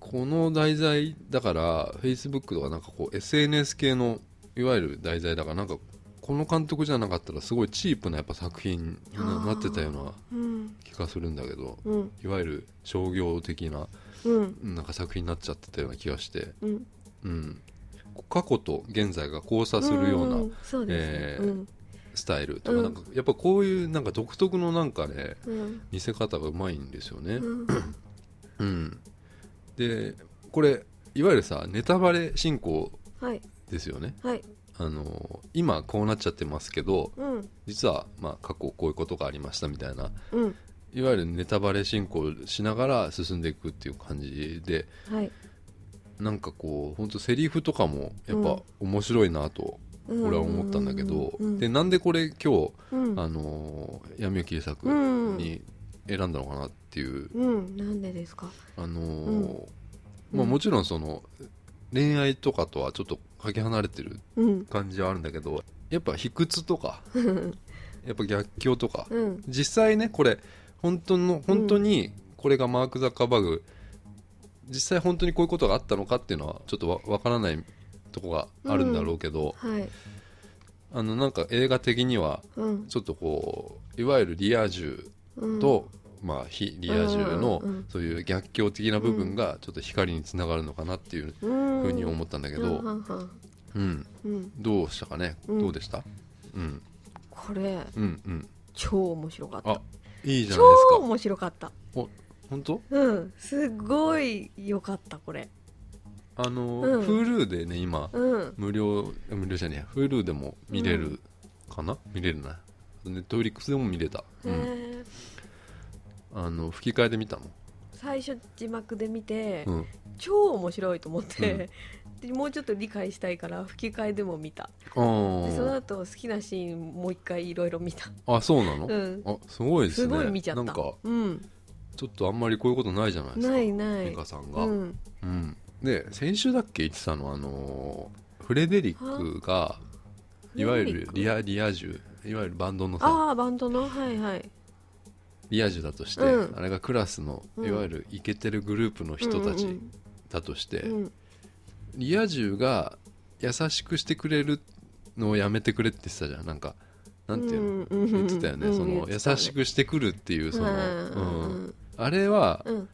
この題材だから Facebook とかなんかこう SNS 系のいわゆる題材だからなんかこの監督じゃなかったらすごいチープなやっぱ作品にな
あー
なってたような
うん
気がするんだけど
うん
いわゆる商業的な
うん
なんか作品になっちゃってたような気がして、
うん
うん、過去と現在が交差するような、
んんそうです
えー
ね
スタイルとか
うん
なんかやっぱこういうなんか独特のなんかね
うん
見せ方がうまいんですよね。
うん
うん、でこれいわゆるさネタバレ進行
はい
ですよね。
はい
あの今こうなっちゃってますけど
うん
実はまあ過去こういうことがありましたみたいな
うん
いわゆるネタバレ進行しながら進んでいくっていう感じで
はい
なんかこうほんとセリフとかもやっ
う
ぱ
ん
面白いなと俺は思ったんだけど、
うん
でなんでこれ今日
うん
あのー闇を切り裂く
うん
に選んだのかなっていう、
うんなんでですか
あのー
うん
まあ、もちろんその恋愛とかとはちょっとかけ離れてる
うん
感じはあるんだけどやっぱ卑屈と かやっぱ逆境とか、
うん
実際ねこれ本当の本当にこれがマーク・ザッカーバーグ実際本当にこういうことがあったのかっていうのはちょっとわわからないとこがあるんだろうけど、
はい
あのなんか映画的には
うん
ちょっとこういわゆるリア充
うん
と、まあ、非リア充の
うんうん
そういう逆境的な部分がちょっと光につながるのかなっていうふ
ふう
うに思
っ
ったんだ
た
けど、
うんはんはん
うん、
うん
どうしたかね、
うん
どうでした、うん、
これ
うんうん
超面白かった
あいいじゃない
超
ですか
面白かった
本当
うんすごい良かったこれ
あの、
うん
Hulu でね今
うん
無料無料じゃねえや Hulu でも見れるかな、見れるな Netflix でも見れた、
へ
うん、
ー
あの吹き替えで見たの、
最初字幕で見て、
うん、
超面白いと思って、でもうちょっと理解したいから吹き替えでも見た
あ
でその
ー
後好きなシーンもう一回いろいろ見た
あそうなの、
うん
あすごいです
す
ね
ごい見ちゃった
なんか
うん
ちょっとあんまりこういうことないじゃないですか
ないない
美香さんが、
う
うん
ん
で先週だっけ言ってたのあのーフレデリックがいわゆるリアリア充いわゆるバンドのさ
ああバンドのはいはい
リア充だとして、
うん
あれがクラスの
うん
いわゆるイケてるグループの人た
う
ち
ん
だとして、
うんうん
リア充が優しくしてくれるのをやめてくれって言ってたじゃんなんかなんていうの、
うんうんうん
言ってたよね、
うん
そ
言っ
の
て
優
たね
しくしてくるっていうその、
うん
うんあれは
うんうん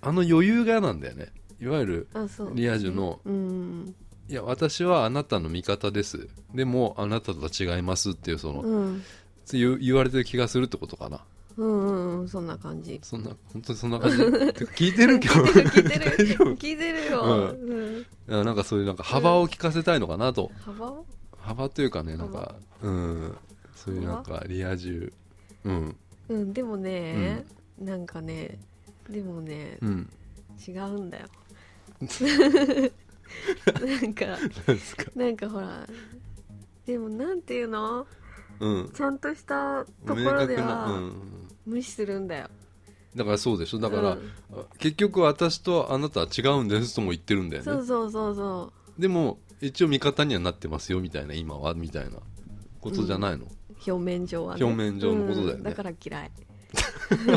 あの余裕がなんだよねいわゆる
あそう
リア充の
うん
「いや私はあなたの味方ですでもあなたとは違います」っていうその、
うん
言う言われてる気がするってことかな
うんうんうんそんな感じ
そんな本当にそんな感じ てか聞いてるけど
聞いて
大
る
丈夫い
聞いてるよ、
うん
うん
やなんか そういうなんか幅を聞かせたいのかなと、
幅
幅というかねなんかうんそういうなんかリア充うん
うんでもね、なんかねでもね、
うん
違う んだよなんか
何ですか
なんかほらでもなんていうの
うん
ちゃんとしたとこ
明
ろ
確
で
な、う
は
ん、
無視するんだよ、
だからそうでしょだから、
うん
結局私とあなたは違うんですとも言ってるんだよね
そうそうそうそ
でも一応味方にはなってますよみたいな今はみたいなことじゃないの、
う表面上は、ね、
表面上のことだよね
うんだから嫌い
う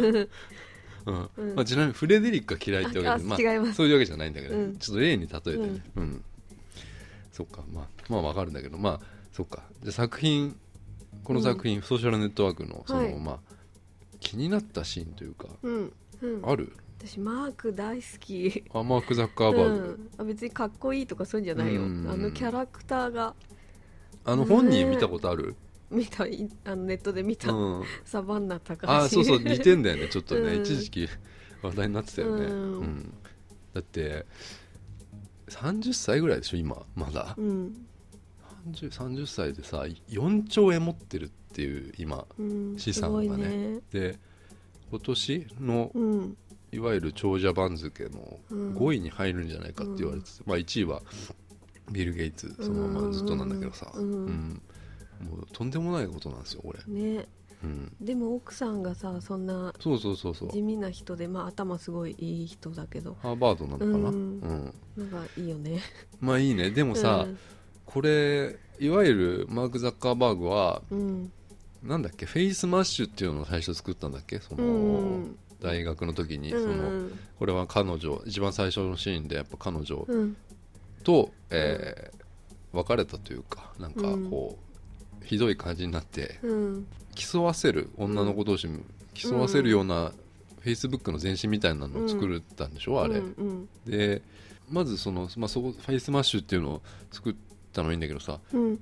ん
うん
まあ、ちなみにフレデリックが嫌いってわけで
あ
まあ、
違います
そういうわけじゃないんだけど、
うん
ちょっと例に例えてね、うんそっかまあまあわかるんだけどまあそっかじゃあ作品この作品、ソーシャルネットワークのその、
はい
まあ気になったシーンというか
うん、うん、
ある
私マーク大好き
あマーク・ザッカーバーグ、
うん、あ別にかっこいいとかそういうんじゃないよ、
うん
あのキャラクターが
あの本人見たことある、
見たいあのネットで見た、
うん、
サバンナ高橋
あそうそう似てんだよねちょっとね、
うん
一時期話題になってたよね、う
うんん
だって30歳ぐらいでしょ今まだ
うん、
30, 30歳でさ4兆円持ってるっていう今
うん、
資
すご
産
い
がね
ね
で今年の
うん
いわゆる長者番付の
うん
5位に入るんじゃないかって言われてて、まあ1位はビル・ゲイツそのままずっとなんだけどさ、
うん
うんもうとんでもないことなんですよこれ、
ね
うん、
でも奥さんがさそんな
そうそうそうそう
地味な人でまあ頭すごいいい人だけど
ハーバードなのかな、
うん
うん、
なんかいいよね
まあいいねでもさ、これいわゆるマーク・ザッカーバーグは
うん
なんだっけフェイスマッシュっていうのを最初作ったんだっけその、
うん
大学の時に、
うん
そ
うん
の
うん
これは彼女一番最初のシーンでやっぱ彼女
うん
と、えー別れたというかなんかこう、ひどい感じになって
うん
競わせる女の子同士競わせるような、フェイスブックの前身みたいなのを作ったんでしょ、あれ、
うんうん
でまずその、まあ、そこフェイスマッシュっていうのを作ったのはいいんだけどさ
うん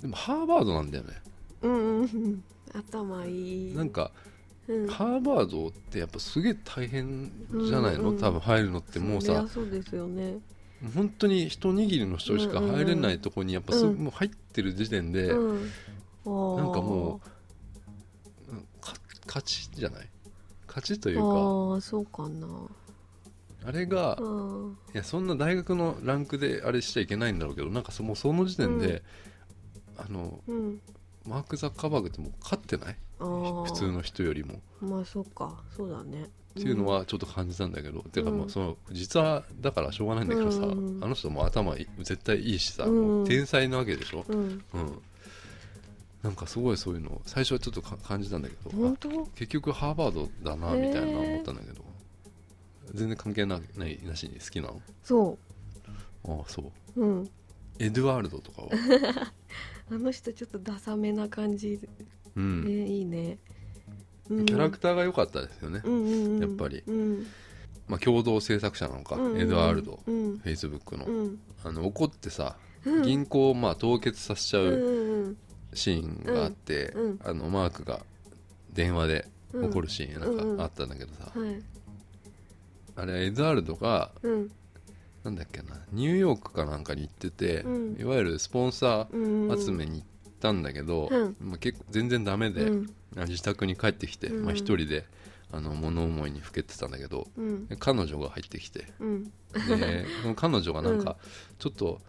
でもハーバードなんだよね
うんうん頭いい
なんか
うん
ハーバードってやっぱすげえ大変じゃないの、
うんうん
多分入るのってもう
そりゃ
さ
そうですよね
本当に一握りの人しか入れないとこにやっぱす、
うん
もう入ってる時点で、
うん
なんかも
う
ううんか勝ちじゃない勝ちというか
ああそうかな
あれが、
う
い
ん
やそんな大学のランクであれしちゃいけないんだろうけどなんかそもうその時点で、あの
うん
マーク・ザッカーバーグってもう勝ってない
あー
普通の人よりも。
まあそうかそうだね
っていうのはちょっと感じたんだけど、てか
うん
まあその実はだからしょうがないんだけどさ、
うん
あの人も頭いい絶対いいしさ、
うん
もう天才なわけでしょ、
うん
うん、なんかすごいそういうの最初はちょっとか感じたんだけど
本
あ
当
結局ハーバードだな
へー
みたいな思ったんだけど全然関係なないなしに好きなの
そ
ああそう
ううん
エドワールドとかは
あの人ちょっとダサめな感じ
う
ね、
ん
いいね、うん
キャラクターが良かったですよね、
うんうんうん、
やっぱり
うん
まあ、共同制作者なのか、
うんうん
エドワールド、
うん
フェイスブックの,、
うん
あの怒ってさ
うん
銀行をまあ凍結させちゃう、
うんうん
シーンがあって、
うんうん
あのマークが電話で
うん
怒るシーンなん
うんう
か
ん
あったんだけどさ、
はい
あれエドワールドが
うん
なんだっけなニューヨークかなんかに行ってて、
うん
いわゆるスポンサ
うん
ー集めに行ったんだけど、
うん
まあ、結構全然ダメで、
うん
自宅に帰ってきて、
うん
まあ、一人であの物思いにふけてたんだけど
うん
で彼女が入ってき て
うん
でその彼女がなんかちょっと、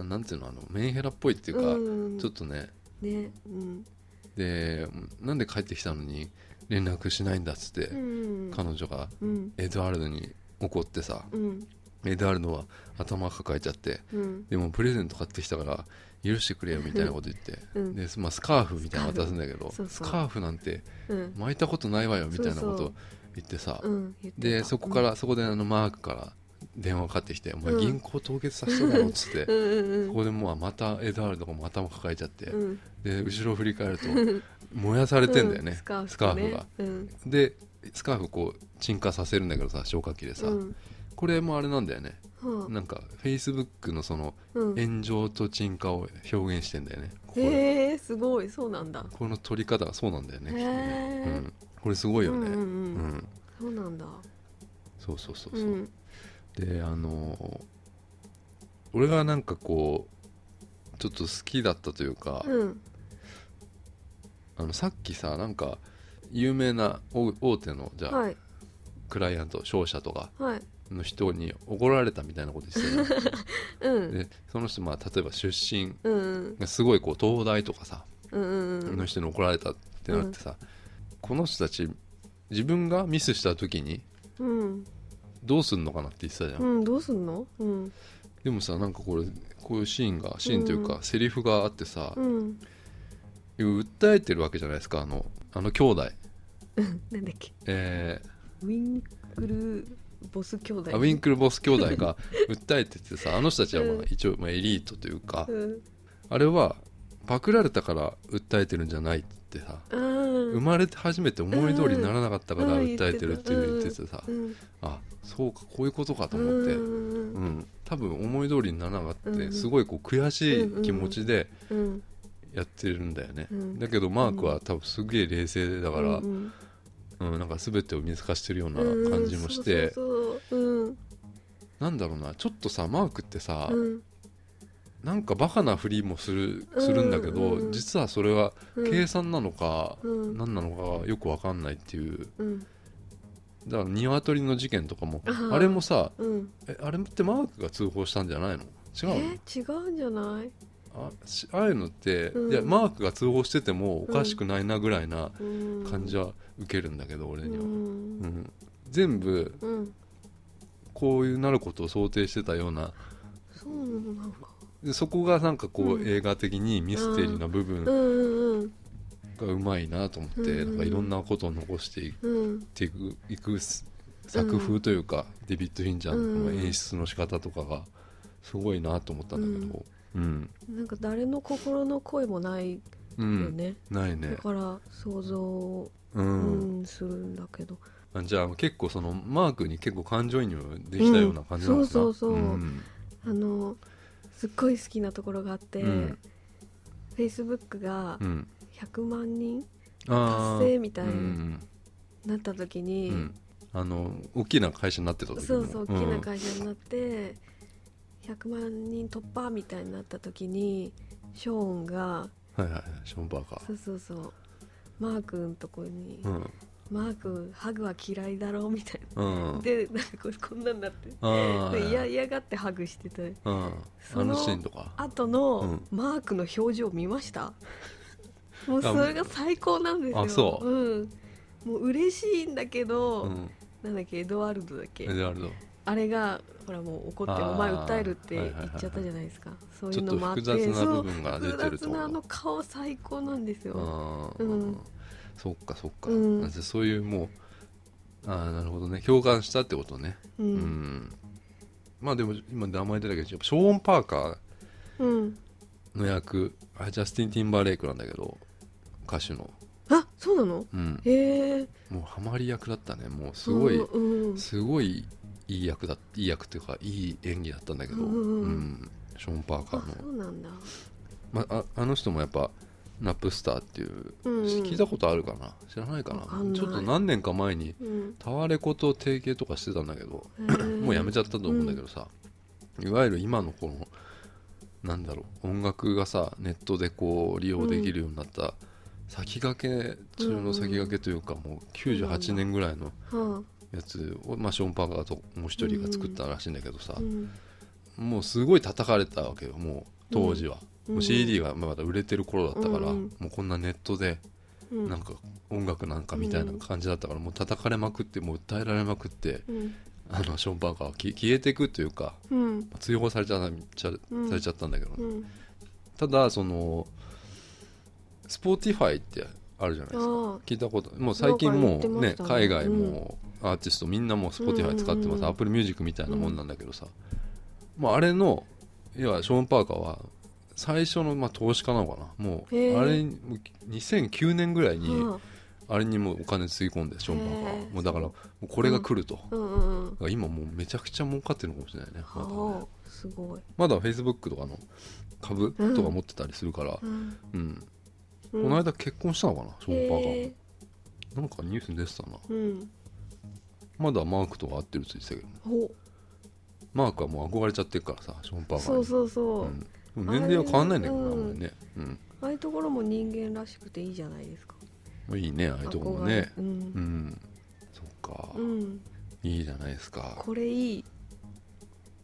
なんていうのあのメンヘラっぽいっていうか、
うん
ちょっとね
ねうん
でなんで帰ってきたのに連絡しないんだっつって、
うん
彼女が
うん
エドワルドに怒ってさ、
うん
エドワルドは頭抱えちゃって
うん
でもプレゼント買ってきたから許してくれよみたいなこと言って、
うん
でまあ、スカーフみたいなの渡すんだけど
スカーフそうそう
スカーフなんて
うん
巻いたことないわよみたいなこ
そ
と
う
言ってさ
うん言ってた
でそこから、そこであのマークから電話かかってきて「お前
うん
銀行凍結させてだろ」っつって
う。んうん
こ
うん
こでもうまたエドワルドがもう頭抱えちゃって、
うん
で後ろを振り返る と燃やされてんだよね、
う
ス
ス
カ
カ
ー
ー
フ
フ
が
と、ねうん
でスカーフこう沈下させるんだけどさ消火器でさ、
うん
これもあれなんだよね
は
なんかフェイスブックのその
あうん
炎上と沈下を表現してんだよねこれ
へえすごいそうなんだ
この取り方がそうなんだよねきっとね、
へ
う
ー
ん、これすごいよね、
うんうんうん
うん
そうなんだ
そうそうそう
う
そう、
ん
であのー俺がなんかこうちょっと好きだったというか、
うん
あのさっきさなんか有名な大大手のじゃあ、
はい
クライアント商社とか
はい
の人に怒られたみたいなこと言 ってたじ
う
ゃん
ん
でその人まあ例えば出身
うんうん
がすごいこう東大とかさ、
うんうんうん
の人に怒られたってなってさ、この人たち自分がミスした時に
うん
どうすんのかなって言ってたじゃん、
うんどうすんのうん
でもさなんかこれこういうシーンがシーンというか、
う
セリフがあってさ、
うん
訴えてるわけじゃないですかあのあの兄弟
なんだっけ
え
ウィンクルボス兄弟
ーアウィンクルボス兄弟 が訴えててさあの人たちはまあ
うん
一応まあエリートというか、
うん
あれはパクられたから訴えてるんじゃないってさ、
あ
生
ー
まれて初めて思い通りにならなかったから
うん
訴えてるっていう言っててさ、
うん
あそうかこういうことかと
う
思って、うんん、多分思い通りにならなかったって、
うん
すごいこう悔しい気持ちで
うん
やってるんだよね、
うん
だけどマークは多分すげえ冷静だから、う
うんん
なんか全てを見透かしてるような
うん
感じもして、
うんそうそうそううん
なんだろうなちょっとさマークってさ、
うん
なんかバカなふりもするするんだけど、
うん
実はそれは
うん
計算なのか、
うん
何なのかよく分かんないっていう
うん
だから鶏の事件とかも
あー
あれもさ
うん
えあれってマークが通報したんじゃないの違うの
え違うんじゃない
あしああいうのって、
うん
いやマークが通報しててもおかしくないなぐらいな
うん
感じは受けるんだけど、俺
う
には、
ん
うん全部
うん
こういうなることを想定してたような
そうなんか
でそこがなんかこう、
うん
映画的にミステリーな部
う
分
んうん
がうまいなと思って、
うん
なんかいろんなことを残していっ
うんうん
ていくいくす作風というか、デビッド・フィンチャーのこの演出の仕方とかがすごいなと思ったんだけど、うん
なんか誰の心の声もない
うん
よね、
ないね
だから想像を、
うん
うんするんだけど
あじゃあ結構そのマークに結構感情移入できたような感じなのかな、
うんそうそうそうんあのすっごい好きなところがあって、
うん
Facebook が
うん
100万人
あー
達成みたい
うん
になった時
うん
に、
うんあの大きな会社になってた時も
そうそう大きな会社になって、100万人突破みたいになった時にショーンが
社、はいはいはいショーンバーガ
そ
ー
うそうそうマー君とこに、
うん
マー君ハグは嫌いだろうみたい
うん
なでなんかここんなんだって
あー
で嫌嫌がってハグしてた
うん
そ
あ
の
のシーンとか
後の、
うん
マークの表情見 ましたもうそれが最高なんですよ
あそう
うん、もう嬉しいんだけど、
うん
なんだっけエドワルドだっけ
エドワルド
あれがほらもう怒って
あー
お前訴えるって
はい
言
はいはいはい
っちゃったじゃないですか、
ち
そうい
ょ
う
っ
の
と
もあっ
複
て
雑な部分が出てる
そ
と
う複雑なあ
思
の
う
顔最高なんですよ
あー
うん
そっかそっか、
うん
そういうもうああなるほどね共感したってことね
う
うんんまあでも今名前出たけどやっぱショーン・パーカ
うん
ーの役あジャスティン・ティンバーレイクなんだけど歌手の、
あそうなの
うん、
へえ
もうハマり役だったねもうすごい、
うんうん
すごいいい役だいい役っていうかいい演技だったんだけど、
うんうんうん
うんショーン・パーカ
あ
ー
そ
の、
うなんだ
まあ、あの人もやっぱナップスターっていう、
うんうん
聞いたことあるかな知らないかな
わかんない
ちょっと何年か前に
うん
タワレコと提携とかしてたんだけど、
も
もうやめち
ゃ
ゃったと思うんだけどさ、いわゆる今のこのなんだろう音楽がさネットでこう利用できるようになった、先駆け中の先駆けというか、もう98年ぐらいの
は
やつを、まあ、ショーン・パーカーともう一人が作ったらしいんだけどさ
あ、う、ん
もうすごい叩かれたわけよもう当時は、
うん
もう CD がまだ売れてる頃だったから、
うん
もうこんなネットで
うん
なんか音楽なんかみたいな感じだったから、もう叩かれまくってもう訴えられまくって
うん
あのショーン・パーカーはき消えていくというか
うん
追放されちゃうちゃ
うん
されちゃったんだけど、
うん
ただそのスポーティファイってあるじゃないですか
ああ
聞いたこともう最近もう
な
ね
んか言ってましたね
海外もアーティストみんなもうスポティファイ使って
うんう
ま
んう
す
ん
アップルミュージックみたいなもんなんだけどさ、まあ、あれの要はショーン・パーカーは最初のまあ投資家なのかなも
へえ
うあれにもう2009年ぐらいに
は
あれにもうお金つぎ込んでショーン・パーカー
へ
は
え
もうだからもうこれが来ると、
あうんうんうん
だから今もうめちゃくちゃ儲かってるのかもしれないねまだね
はあすごい
まだ Facebook とかの株とか持ってたりするから、
うん
うん、
こ
この間結婚したのかな、ショーン・パーカー
へ
もなんかニュースに出てたな
えうん
まだマークとか合ってるって言ってたけど
お
マークはもう憧れちゃってるからさショーン・パーカー
そ
に
うそうそう、
うんでも年齢は変わんないんだけどな、
あ
あ
れ
んまりね、うん、
ああいうところも人間らしくていいじゃないですか
もういいねああいうとこもね
憧れう、
うんんそっか、
うん、
いいじゃないですか
これいい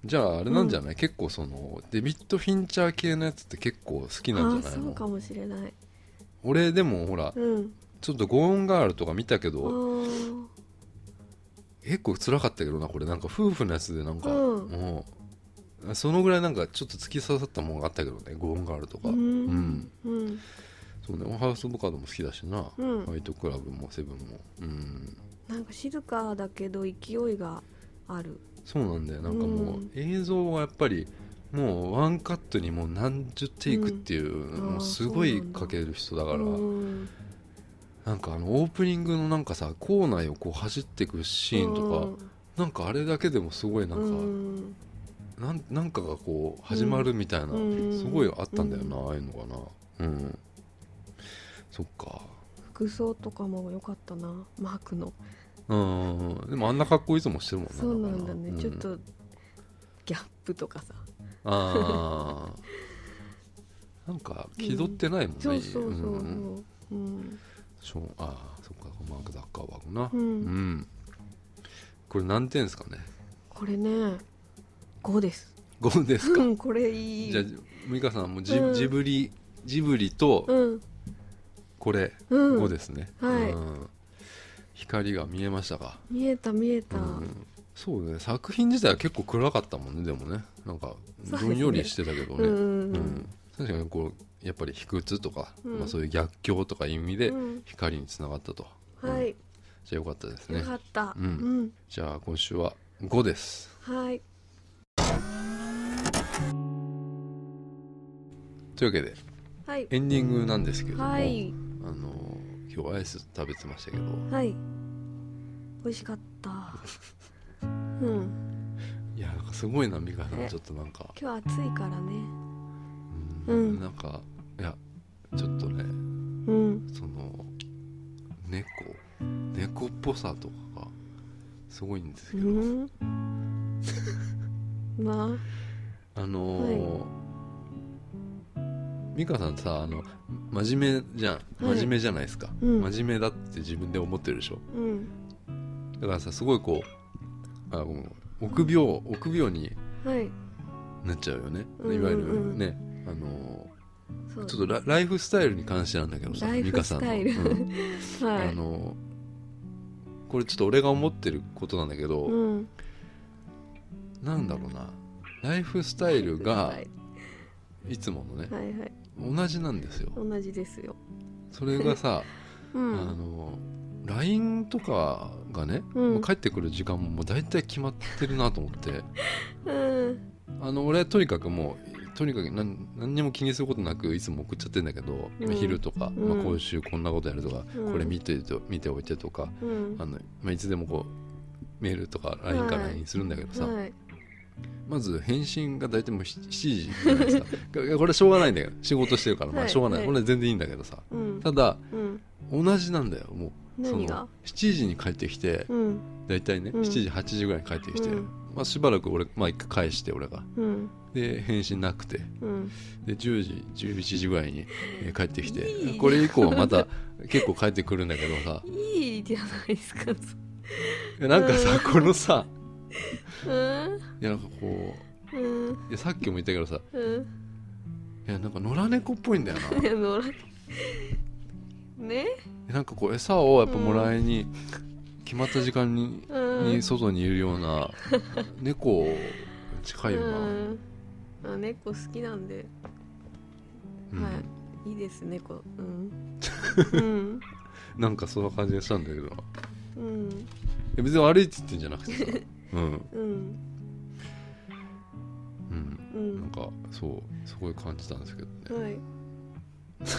じゃああれなんじゃない、結構そのデビッド・フィンチャー系のやつって結構好きな
あ
ん
あ
じゃない
そうか
の
もしれない
俺でもほら
うん
ちょっとゴーンガールとか見たけ
あ
ど
ー
結構辛かったけどなこれなんか夫婦のやつでなんか、
うん
もうそのぐらいなんかちょっと突き刺さったものがあったけどねゴーンガールとか
う
うん
んうん
そうね、ハウス・オブ・カードも好きだしな、
うん
ファイトクラブもセブンも、うん、
なんか静かだけど勢いがある
そうなんだよなんかもう、
うん
映像はやっぱりもうワンカットにもう何十テイクっていう、
ん
もうすごいかける人だから、
うん
なんかあのオープニングのなんかさ校内をこう走ってくシーンとか、なんかあれだけでもすごいなんか、
うん
なんなんかがこう始まるみたいな、
うん
すごいあったんだよな、ああいうのがなうんそっか
服装とかも良かったなマークの
うんでもあんな格好いいつもしてるもん
そうなんだね、
か
ちょっとギャップとかさ
ああ なんか気取ってないもんね、
そうそうそうそ
んん
ううん
しょうああそっかマーク・ザッカーバーグな
うん
んこれ何点ですかね
これね5です
5です
う
か
んこれいい
じゃあ美香さんもジ,、
うん
ジブリジブリと
うん
これ
うん
5ですね、
はい
ん光が見えましたか、
見えた見えた、
うんそうね作品自体は結構暗かったもんねでもねなんか
そうです
ど
ね
んよりしてたけどね
うんうんうん
うん確かにこうやっぱり卑屈とか、
うん
まあ、そういう逆境とかいう意味で
うん
光につながったと、
は
うん
い、
じゃあよかったです
よ
ね
かった、
うんじゃあ今週は5です
うんはい
というわけで
はい
エンディングなんですけども、
はい
あのー今日アイス食べてましたけど
はい美味しかったうん
いやなんかすごいな美香さん
え
ちょっとなんか
今日暑いからね
う
うんん
なんかいやちょっとね
うん
その猫猫っぽさとかがすごいんですけ
う
ど、
ん ま
あのー美香さんさあの真面目じゃん
はい
真面目じゃないですか、
うん
真面目だって自分で思ってるでしょ
あうん
だからさすごいこうあごめんごめん臆病臆病に
はい
なっちゃうよね、
うんうんうん
いわゆるねあの
そう
ーちょっとラライフスタイルに関してなんだけどさ
ライ
美
フ
香さ
ス
んの、
タイル、
うん
はい
あのこれちょっと俺が思ってることなんだけど、
うん
なんだろうなライフスタイルが
はい
いつものね
はいはい
同じなんですよ
同じですよ
それがさ、
う
あ
ん
の LINE とかがね、
うん
もう帰ってくる時間ももう大体決まってるなと思って
うん
あの俺はとにかくもうとにかく何何にも気にすることなくいつも送っちゃってんだけど、
うん
昼とか、
うん
まあ、今週こんなことやるとか、
うん
これ見てと見ておいてとか
うん
あの、まあ、いつでもこうメールとか LINE か
は
ら
い
LINE するんだけどさ、
はい
まず返信が大体もう7時じゃないですかここれしょうがないんだよ仕事してるからまあ
はい
しょうがない、
はい
これ全然いいんだけどさ
うん
ただ
うん
同じなんだよもう
何
そ
が
の7時に帰ってきて
うん
大体ね、
うん
7時8時ぐらいに帰ってきて、
うん
まあ、しばらく俺、まあ、一回返して俺が
うん
で返信なくて
うん
で10時11時ぐらいにえー帰ってきて
いい
これ以降はまた結構帰ってくるんだけどさ
いいじゃないですか
いやなんかさこのさ
うん
いやなんかこ
うん
ういやさっきも言ったけどさ
うん
いやなんか野良猫っぽいんだよない
や乗らね
でなんかこう餌をやっぱもらいに、決まった時間に,、
うん
に外にいるような猫近いよな、
うんあ猫好きなんで、
うん
はいいいです猫うん うん
なんかそんな感じがしたんだけどない
うん
や別に悪いって言ってんじゃなくてさ うん
うん
う
うん
なん
ん
かそうすごい感じたんですけどね
はい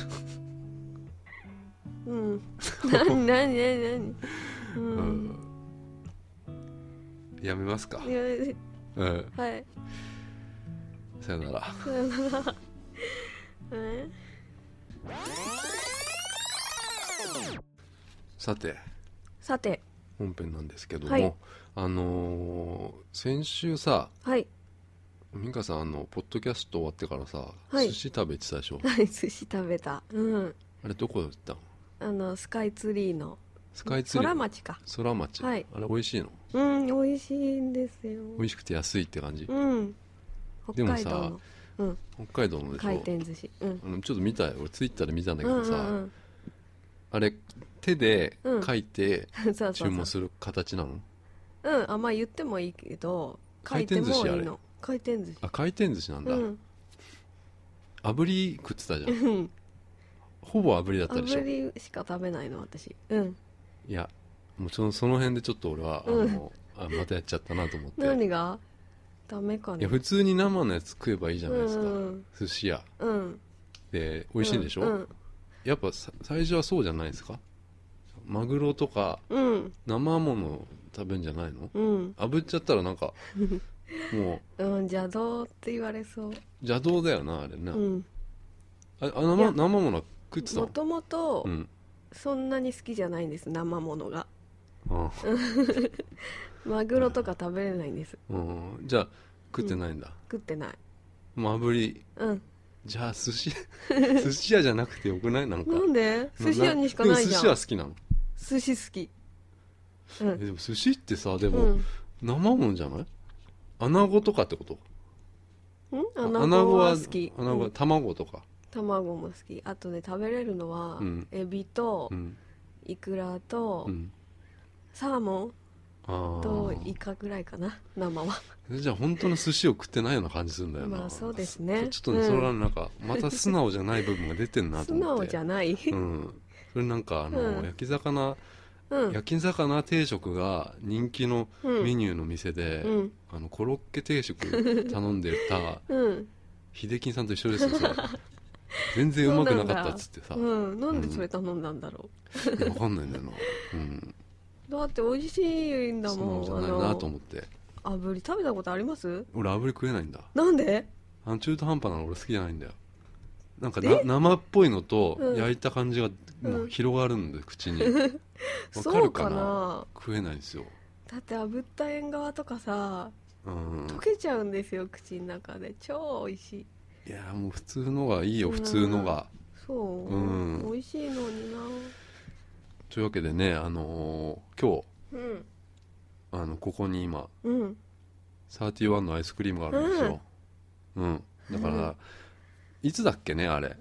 うん何何何何う
うんんやめますか
い、や
うん、
はい
さよなら
さよならえ
さて
さて
本編なんですけども、
はい
あのー先週さ
はい
美香さんあのポッドキャスト終わってからさ、
はい
寿司食べてたでし ょ
はい寿司食べたうん
あれどこ行ったの
あのスカイツリーの
スカイツリー
空町か
空町、
はい
あれ美味しいの
うん美味しいんですよ
美味しくて安いって感じ
うん
で
北
もさ
海道のうん
北海道のでしょ
回転寿司うん
あのちょっと見たよ俺ツイッターで見たんだけどさ、
うんうん
あれ手で
うん
書いて
うんそうそ
注
う
文
そ
する形なの、
ううんあまあ言ってもいいけど書
回
いて
転寿司
もいい
あ
の回転寿司
あ回転寿司なんだ、
うん
炙り食ってたじゃ
うんん
ほぼ炙りだったでしょ
炙りしか食べないの私うん
いやもうそのその辺でちょっと俺はあ
うん
の、あまたやっちゃったなと思って
何がダメか
いや
ね
普通に生のやつ食えばいいじゃないですか、
うんうん
寿司屋
うん
で美味しいんでしょ、
うん
やっぱさ最初はそうじゃないですかマグロとか
うん
生もの食べんじゃないの
うん
炙っちゃったらなんかもう
うん邪道って言われそう
邪道だよなあれな、
うん
ああ
いや
生生ものは食ってた
も
の
ともと
うん
そんなに好きじゃないんです生ものが
あ
マグロとか食べれないんです
うんじゃあ食ってないんだ、
食ってない
もう炙り
うん
じゃあ寿司 寿司屋じゃなくてよくないなんか
なんで寿司屋にしかないじゃん
でも寿司は好きなの
寿司好きう
え
ん
でも寿司ってさで
う
も、
ん
生もんじゃない穴子とかってこと
うん穴子は好き
穴子は
うん
卵とか、
卵も好きあとね食べれるのは、
うん
エビと、
うん
イクラと、
うん
サーモ
あ
ンと
あ
イカぐらいかな生は
じゃあ本当の寿司を食ってないような感じするんだよな
まあそうですね
ちょっとね、
うん
それはなんかまた素直じゃない部分が出てんなと
素
思っ
直
て
じゃない
うんそれなんかあの、
うん
焼き魚、
うん
焼き魚定食が人気の
うん
メニューの店で、
うん
あのコロッケ定食頼んで た
うん
秀樹さんと一緒ですよそれ全然うまくなかったっつってさ、
うんなんでそれ頼んだんだろ
分かんないんだよな、うん、
うだって美味しいんだ
素
も
直
ん
じゃないなと思って
あの炙り食べたことあります
俺炙り食えないんだ
なんで
あの中途半端なの俺好きじゃないんだよなんかな
え
生っぽいのと
うん
焼いた感じがもう広がるんで、口 にわか
そ
る
う
かな
かな
食えないんですよ
だって炙った縁側とかさ
うん
溶けちゃうんですよ口の中で超美味しい
いやもう普通のがいいよ普通のが、
そう、
うん
美味しいのにな
というわけでねあのー今
うん
日あのここに今
うん
31のアイスクリームがあるんですようん、だから、
うん
いつだっけねあれ
い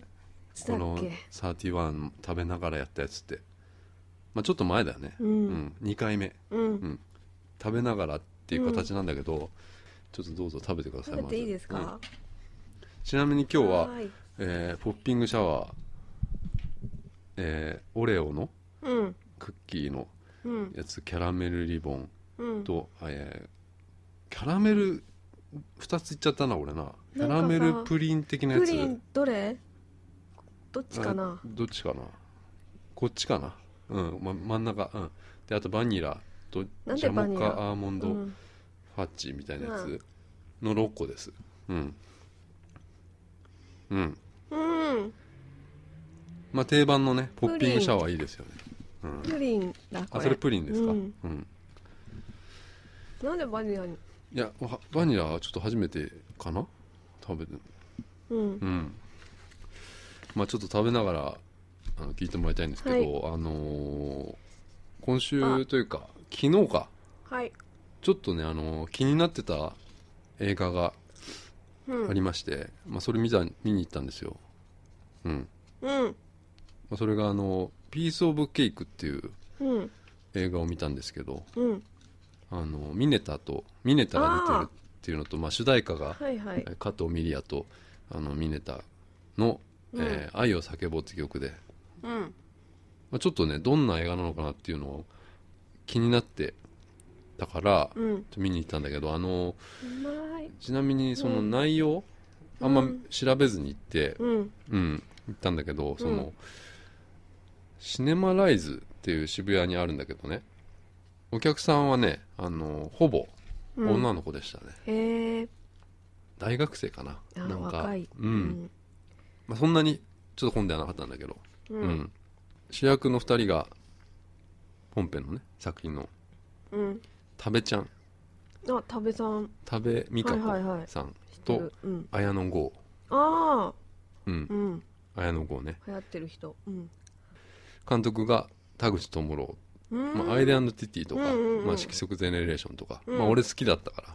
つ
こ
だっ
の
け
31食べながらやったやつってまあちょっと前だよね
う
うん2回目
うん
食べながらっていう形なんだけど、ちょっとどうぞ食べてください
食べていい
まず
ですか、
うんちなみに今日は
ーい
えーポッピングシャワー、えーオレオの
うん
クッキーの
うん
やつキャラメルリボン
うん
と、えーキャラメル2ついっちゃったな俺なキャラメ
なん
ル
かさ
プリン的なや
プ
つ
リンどれどっちか
あ
な
どっちかなこっちかなうん、ま、真ん中うんであとバニラとジ
なんで
ャ
バ
モ
ニ
カ
ラ
アーモン
う
ド、
ん
ファッチみたいなや
う
つ
ん
の6個ですうんうん
うん
まあ定番のねポッピングシャワーいいですよねうん
プリンだこ
あ
れ
それプリンですか、う
う
んん
なんでバニラに
いやわバニラはちょっと初めてかな食べて
うん
うんまあちょっと食べながらあの聞いてもらいたいんですけど、あのー今週というか昨日か
はい
ちょっとね、あのー気になってた映画が
うん
ありまして、まあ、それ見た見に行ったんですよ、うん
うん
まあ、それがあの「ピース・オブ・ケイク」っていう
うん
映画を見たんですけど
うん
あのミネタとミネタが出てるっていうのとまあ、主題歌が
はいはい
え加藤ミリアとあのミネタの、
うん
えー愛を叫ぼう」って曲で、
うん
まあ、ちょっとねどんな映画なのかなっていうのを気になってたから、ちょ
うん
っと見に行ったんだけどあの
うまい
ちなみにその
うん
内容、あん
う
ま
ん
調べずに行って、
うん
うん、行ったんだけどその、
うん
シネマライズっていう渋谷にあるんだけどねお客さんはねあのほぼ
うん
女の子でしたね、
へえ
大学生かな
あ
なんか
若い
うん
うん
まあ、そんなにちょっと混んではなかったんだけど、
う
うん
ん
主役の2人が本編のね作品の
うん
多部ちゃん
あ多部さん
多部未華
はいはいはい
子さん
知って
と
るうん
綾野剛
ああ
うん
うん
綾野剛ね
流行ってる人うん
監督が田口智朗
うん
まあ、アイデアンドティティとか、
うんうんうん
まあ、色色ゼネレーションとか、
うん
まあ、俺好きだったから、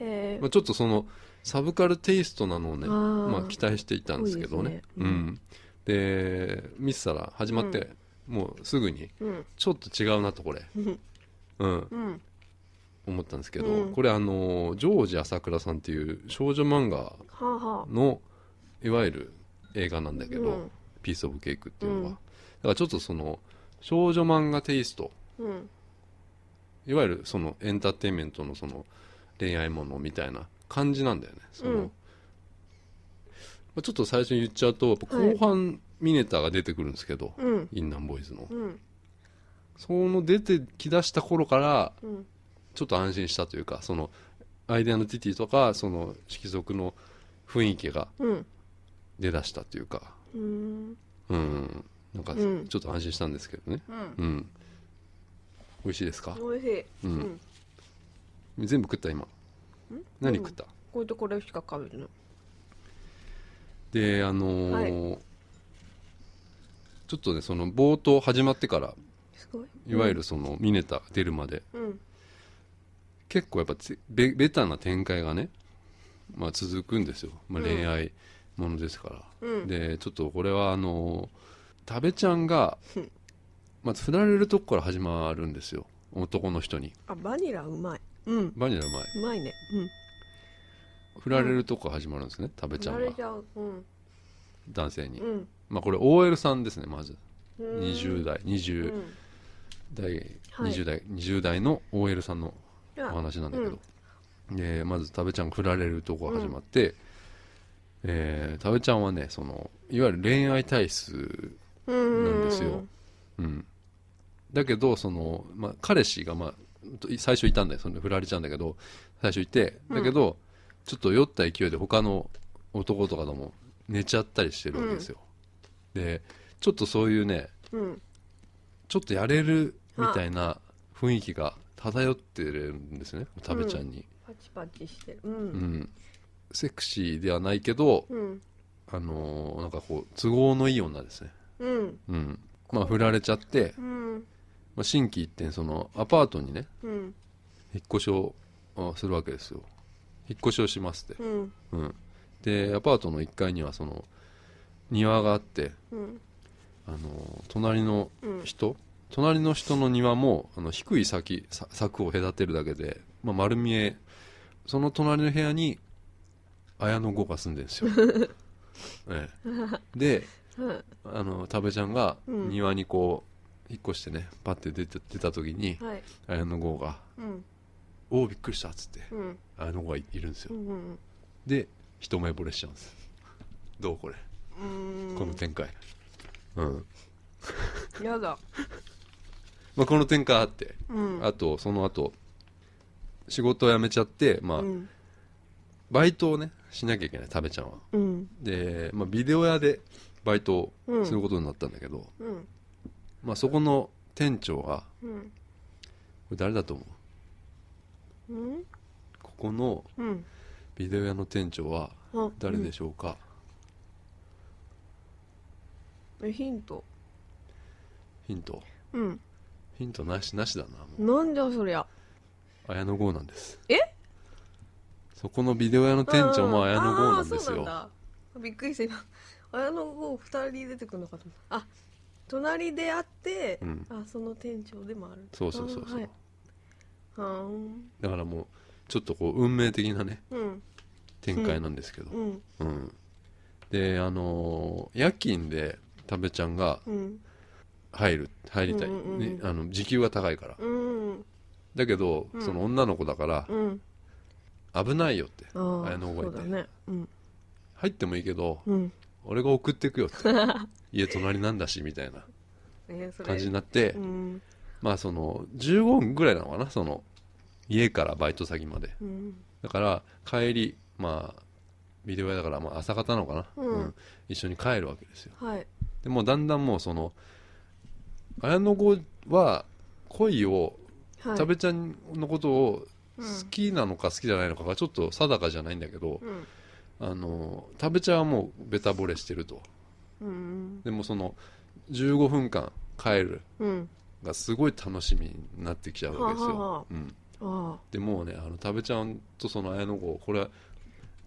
へ え
まあ、ちょっとそのサブカルテイストなのをね
あー
まあ、期待していたんですけどね
いいですねう
うんんで見てたら始まって、もうすぐに
うん
ちょっと違うなとこれ、
うん
うん、
うん
思ったんですけど、
うん
これあのジョージ朝倉さんっていう少女漫画
はあはあ
のいわゆる映画なんだけど「
うん
ピース・オブ・ケイク」っていうのは、
うん
だからちょっとその少女漫画テイスト
うん
いわゆるそのエンターテインメントのその恋愛ものみたいな感じなんだよねその、
うん
まあちょっと最初に言っちゃうとやっぱ
はい
後半ミネタが出てくるんですけど、
うん
インナンボーイズの
うん
その出てきだした頃から
うん
ちょっと安心したというかそのアイデアのティティとかその色族の雰囲気が
うん
出だしたというか
うん
うんなんか
うん
ちょっと安心したんですけどね
うん
うん、美味しいですか、
美味しい
うん
うん
全部食った今何食った、
これとこれしか食べてない
であのーちょっとねその冒頭始まってから
すごい
いわゆるそのミネタが出るまで、
うん
結構やっぱつベベタな展開がね、まあ、続くんですよ、まあ、
うん
恋愛ものですから、
うん
でちょっとこれはあのー多部ちゃんが
うん
まず振られるとこから始まるんですよ男の人に
あバニラうまいうん
バニラ前
うまいねうん
振られるとこから始まるんですね多部ちゃ
慣
ん
れ
が
ちゃううん
男性に、
うん
まあこれ OL さんですねまず
うん
20代20、
うん
代、
はい
20代20代の OL さんの
じ
お
ゃあ
話なんだけど、でまず多部ちゃんが振られるとこが始まって、えー多部ちゃんはねそのいわゆる恋愛体質、
なん
ですようん、だけどその、まあ、彼氏が、まあ、最初いたんだよその振られちゃうんだけど最初いてだけど、ちょっと酔った勢いで他の男とかとも寝ちゃったりしてるわけですよ、でちょっとそういうね
うん
ちょっとやれるみたいな雰囲気が漂ってるんですね多部ちゃんに、
パチパチしてるう
うん
ん
セクシーではないけど、
うん
あのーなんかこう都合のいい女ですね
うん
うんまあ振られちゃって、
うん
まあ、心機一転そのアパートにね
うん
引っ越しをあするわけですよ引っ越しをしますって、
うん
うん、でアパートの1階にはその庭があって、
うん
あの隣の
うん
人、隣の人の庭もあの低い先さ柵を隔てるだけで、まあ、丸見えその隣の部屋に綾野剛が住んでるんですよ、 ええ、で
うん
あの多部ちゃんが
うん
庭にこう引っ越してねパッて出て出た時に
はい
綾野剛が
うん
「おおびっくりした」っつって
うん
綾野剛がいいるんです
う
よ
ん
で一目惚れしちゃうんですどうこれ
うん
この展開うん、
やだ
まあ、この展開あって
うん
あとその後仕事を辞めちゃって、まあ
うん
バイトをねしなきゃいけない多部ちゃんは
うん
で、まあ、ビデオ屋でバイトをすることになったんだけど、
うん
まあ、そこの店長が
うん
これ誰だと思う
うん
ここの
うん
ビデオ屋の店長は
あ
誰で
し
しょうか、
ょうんえヒント
ヒント
うん
ヒントなしなしだなもう
なんじゃそりゃ
綾野剛なんです
え
そこのビデオ屋の店長も綾野剛なんです
あーそう
よ
なんだびっくりした今 綾野剛二人出てくるのかと思ったあ隣であって、
うん
あその店長でもある
そうそうそうそう、
あーはい、はーん
だからもうちょっとこう運命的なね
うん
展開なんですけど、
うん
うんであのー夜勤で多部ちゃんが
うん
入る入りたい、
うんうんうん
ねあの時給が高いから
うん
だけど、
うん
その女の子だから
うん
危ないよって、
あー
綾野剛が
そ
いうて
だねうん
入ってもいいけど、
うん
俺が送ってくよ って家隣なんだしみたいな
えー、それ
感じになって、
うん
まあその15分ぐらいなのかなその家からバイト先まで
うん
だから帰りまあビデオ屋だからまあ朝方なのかな、
うん
一緒に帰るわけですよ
はい
でもうだんだんもうその綾野剛は恋を
はい
多部ちゃんのことを
う
好
ん
きなのか好きじゃないのかがちょっと定かじゃないんだけど、
うん
あの多部ちゃんはもうベタ惚れしてると
うん
でもその15分間帰る
うん
がすごい楽しみになってきちゃうわけですよ、
はあはあ
うん、
あ
でもうねあの多部ちゃんとその綾野剛これは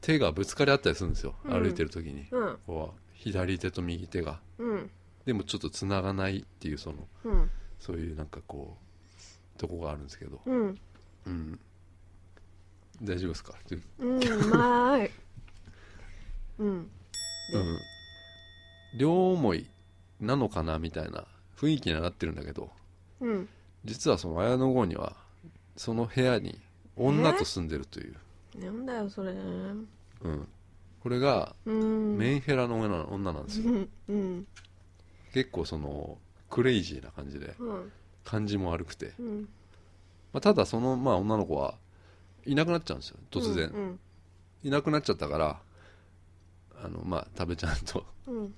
手がぶつかり合ったりするんですよ、
うん
歩いてる時に
あうん
こう左手と右手が
うん
でもちょっとつながないっていうその
うん
そういうなんかこうとこがあるんですけど、
うん
うん、大丈夫ですか、
うんまーいう
う
んうん
ん、両思いなのかなみたいな雰囲気にはなってるんだけど
うん
実はその綾野剛にはその部屋に女と住んでるという、
なんだよそれ
うん、これが
うん
メンヘラの女な女なんですよ、
うんうん
結構そのクレイジーな感じで
うん
感じも悪くて、
うん
まあ、ただそのまあ女の子はいなくなっちゃうんですよ突然、
うん
いなくなっちゃったからあのまあ多部ちゃんと
うん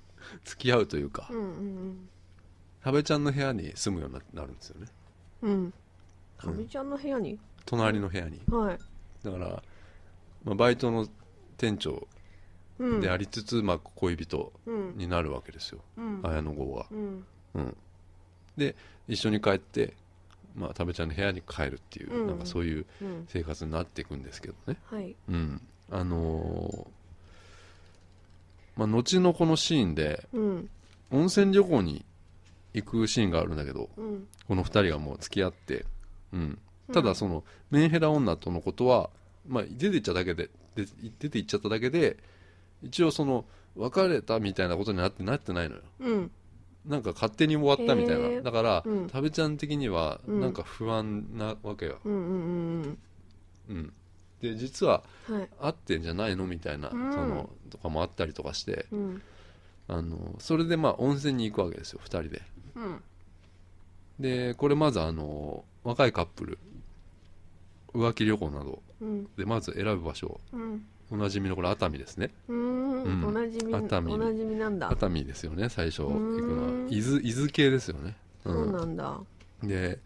付き合うというか
うんうん
多部ちゃんの部屋に住むようにななるんですよね
うんうん
う
か
ん
みちゃんの部屋に
隣の部屋に
はい
だから、まあ、バイトの店長
うん
でありつつ、まあ、恋人
うん
になるわけですよ、
うん
綾野剛は、
うん
うん、で一緒に帰って、まあ、多部ちゃんの部屋に帰るっていう、
うん
なんかそういう
うん
生活になっていくんですけどね
はい
うんあのーまあ、後のこのシーンで
うん
温泉旅行に行くシーンがあるんだけど
うん
この2人がもう付き合って、うん、ただそのメンヘラ女とのことは、まあ、出ていっちゃだけでで出ていっちゃっただけで一応その別れたみたいなことになってなってないのよ
うん
なんか勝手に終わったみたい
へ
な
ー
だから、
うん
食べちゃん的には
うん
なんか不安なわけよ、
うんうんうん
うん、で実は
うんはい
会ってんじゃないのみたいな、
うん
そのとかもあったりとかして
うん
あのそれでまあ温泉に行くわけですよ2人で
うん
でこれまずあの若いカップル浮気旅行など
うん
でまず選ぶ場所
うん
おなじみのこれ熱海ですね
うんおなじみお
熱海
なじみなんだ
熱海ですよね最初行くの
う
は
ん
伊豆伊豆系ですよね、
そうんなんだ
で、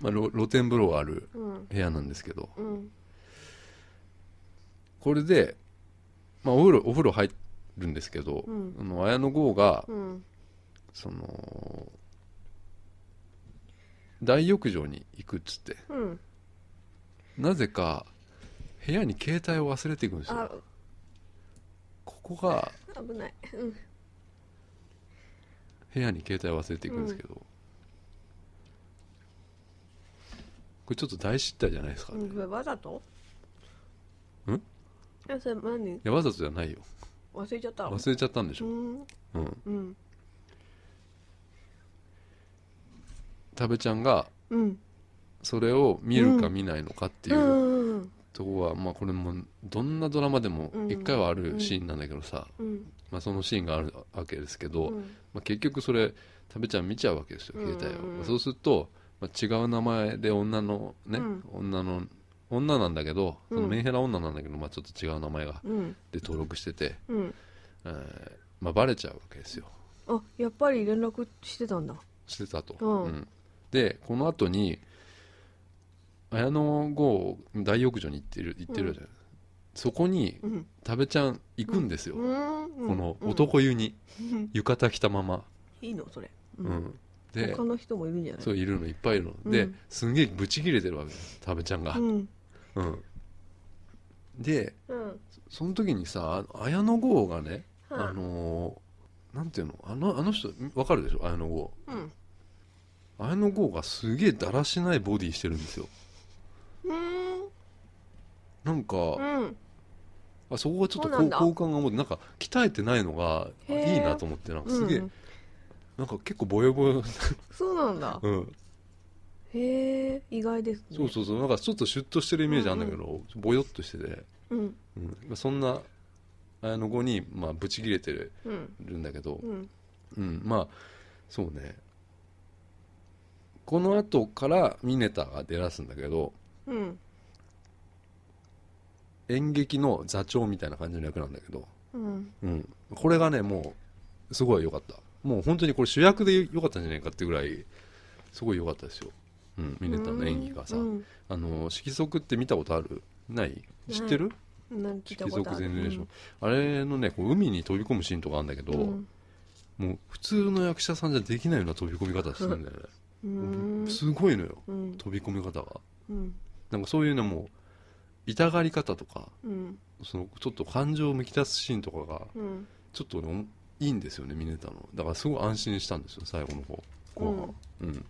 まあ、露露天風呂がある
うん
部屋なんですけど
うん
これで、まあ、お風呂お風呂入るんですけど、
うん
あの綾野剛が
うん
その大浴場に行くっつって
うん
なぜか部屋に携帯を忘れていくんです
あ
よここが
危ないうん
部屋に携帯を忘れていくんですけど、これちょっと大失態じゃないですか、
うんこれわざと
ん
えそれ何
いやわざとじゃないよ
忘れちゃったの
忘れちゃったんでし
う
ょ、
ん
うん、
うん
多部ちゃんが
うん
それを見るか見ないのかっていう、
うん
とこは、まあ、これもどんなドラマでも
うん
一回はあるシーンなんだけどさ、
うん
まあ、そのシーンがあるわけですけど、
うん
まあ、結局それ食べちゃん見ちゃうわけですよ
うん
携帯を、
うん
まあそうすると、まあ、違う名前で女のね、
うん
女の女なんだけどその
うん
メンヘラ女なんだけど、まあ、ちょっと違う名前が
うん
で登録してて、
うん
えーまあ、バレちゃうわけですよ
あやっぱり連絡してたんだ
してたと、
うん
でこの後に綾野剛大浴場に行ってる行ってるじゃん、そこに
うん
多部ちゃん行くんですよ、
うん
この
うん
男湯に
うん
浴衣着たまま、
いいのそれう
うん
ん
で
他の人もいるんじゃない
そういるのいっぱいいるの、
うん
ですんげえブチ切れてるわけです多部ちゃんが、
うん
うんで
うん
その時にさあ綾野剛がね、
はい
あのーなんていうのあのあの人わかるでしょ綾野剛
うん
綾野剛がすげえだらしないボディしてるんですよ
うん
なんか、
うん
あそこがちょっと
そうな
好
んだ
好感が持ってなんか鍛えてないのが
へー
いいなと思ってなんかすげえ、
うん
なんか結構ボヨボヨ、
そうなんだ
うん、
へえ意外ですね
そうそうそうなんかちょっとシュッとしてるイメージあるんだけど、ボヨっとしてて、
うん
うんまあそんな綾野剛にまあブチ切れてる
うん
んだけど、
うん
うん、まあそうねこの後からミネタが出だすんだけど
うん
演劇の座長みたいな感じの役なんだけど、
うん
うん、これがねもうすごい良かったもう本当にこれ主役で良かったんじゃないかってぐらいすごい良かったですよ、うん、ミネタの演技がさ、
うん
あの色足って見たことあるない知ってる
なんか聞いた
色足
ことある
ゼネレーション、あれのねこう海に飛び込むシーンとかあるんだけど、
うん
もう普通の役者さんじゃできないような飛び込み方してるんだよね、
うん
すごいのよ
うん
飛び込み方が
うん
なんかそういうのも痛がり方とか
うん
そのちょっと感情をむき出すシーンとかが
うん
ちょっとねおもいいんですよねミネタのだからすごい安心したんですよ最後の方後半うん、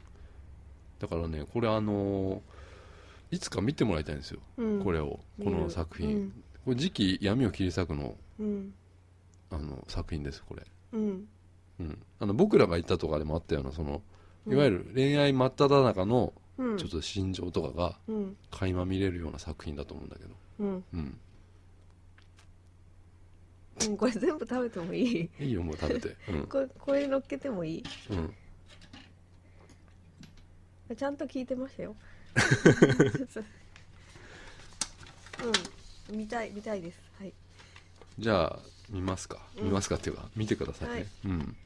だからねこれあのーいつか見てもらいたいんですよ、
うん
これを
見
こ
る
の作品、これ次期闇を切り裂くの
うんうん
あの作品ですこれ、
うん
うん、あの僕らが言ったとかでもあったようなそのいわゆる恋愛真っ只中の
うん
ちょっと心情とかが
うん
垣間見れるような作品だと思うんだけど
うん
うん
うんこれ全部食べてもいい
いいよもう食べてうん
これこれ乗っけてもいい
うん
ちゃんと聞いてましたよ。うん、見たい、見たいです。はい。
じゃあ見ますか
うん
見ますかっていうか見てくださいね
はい
うん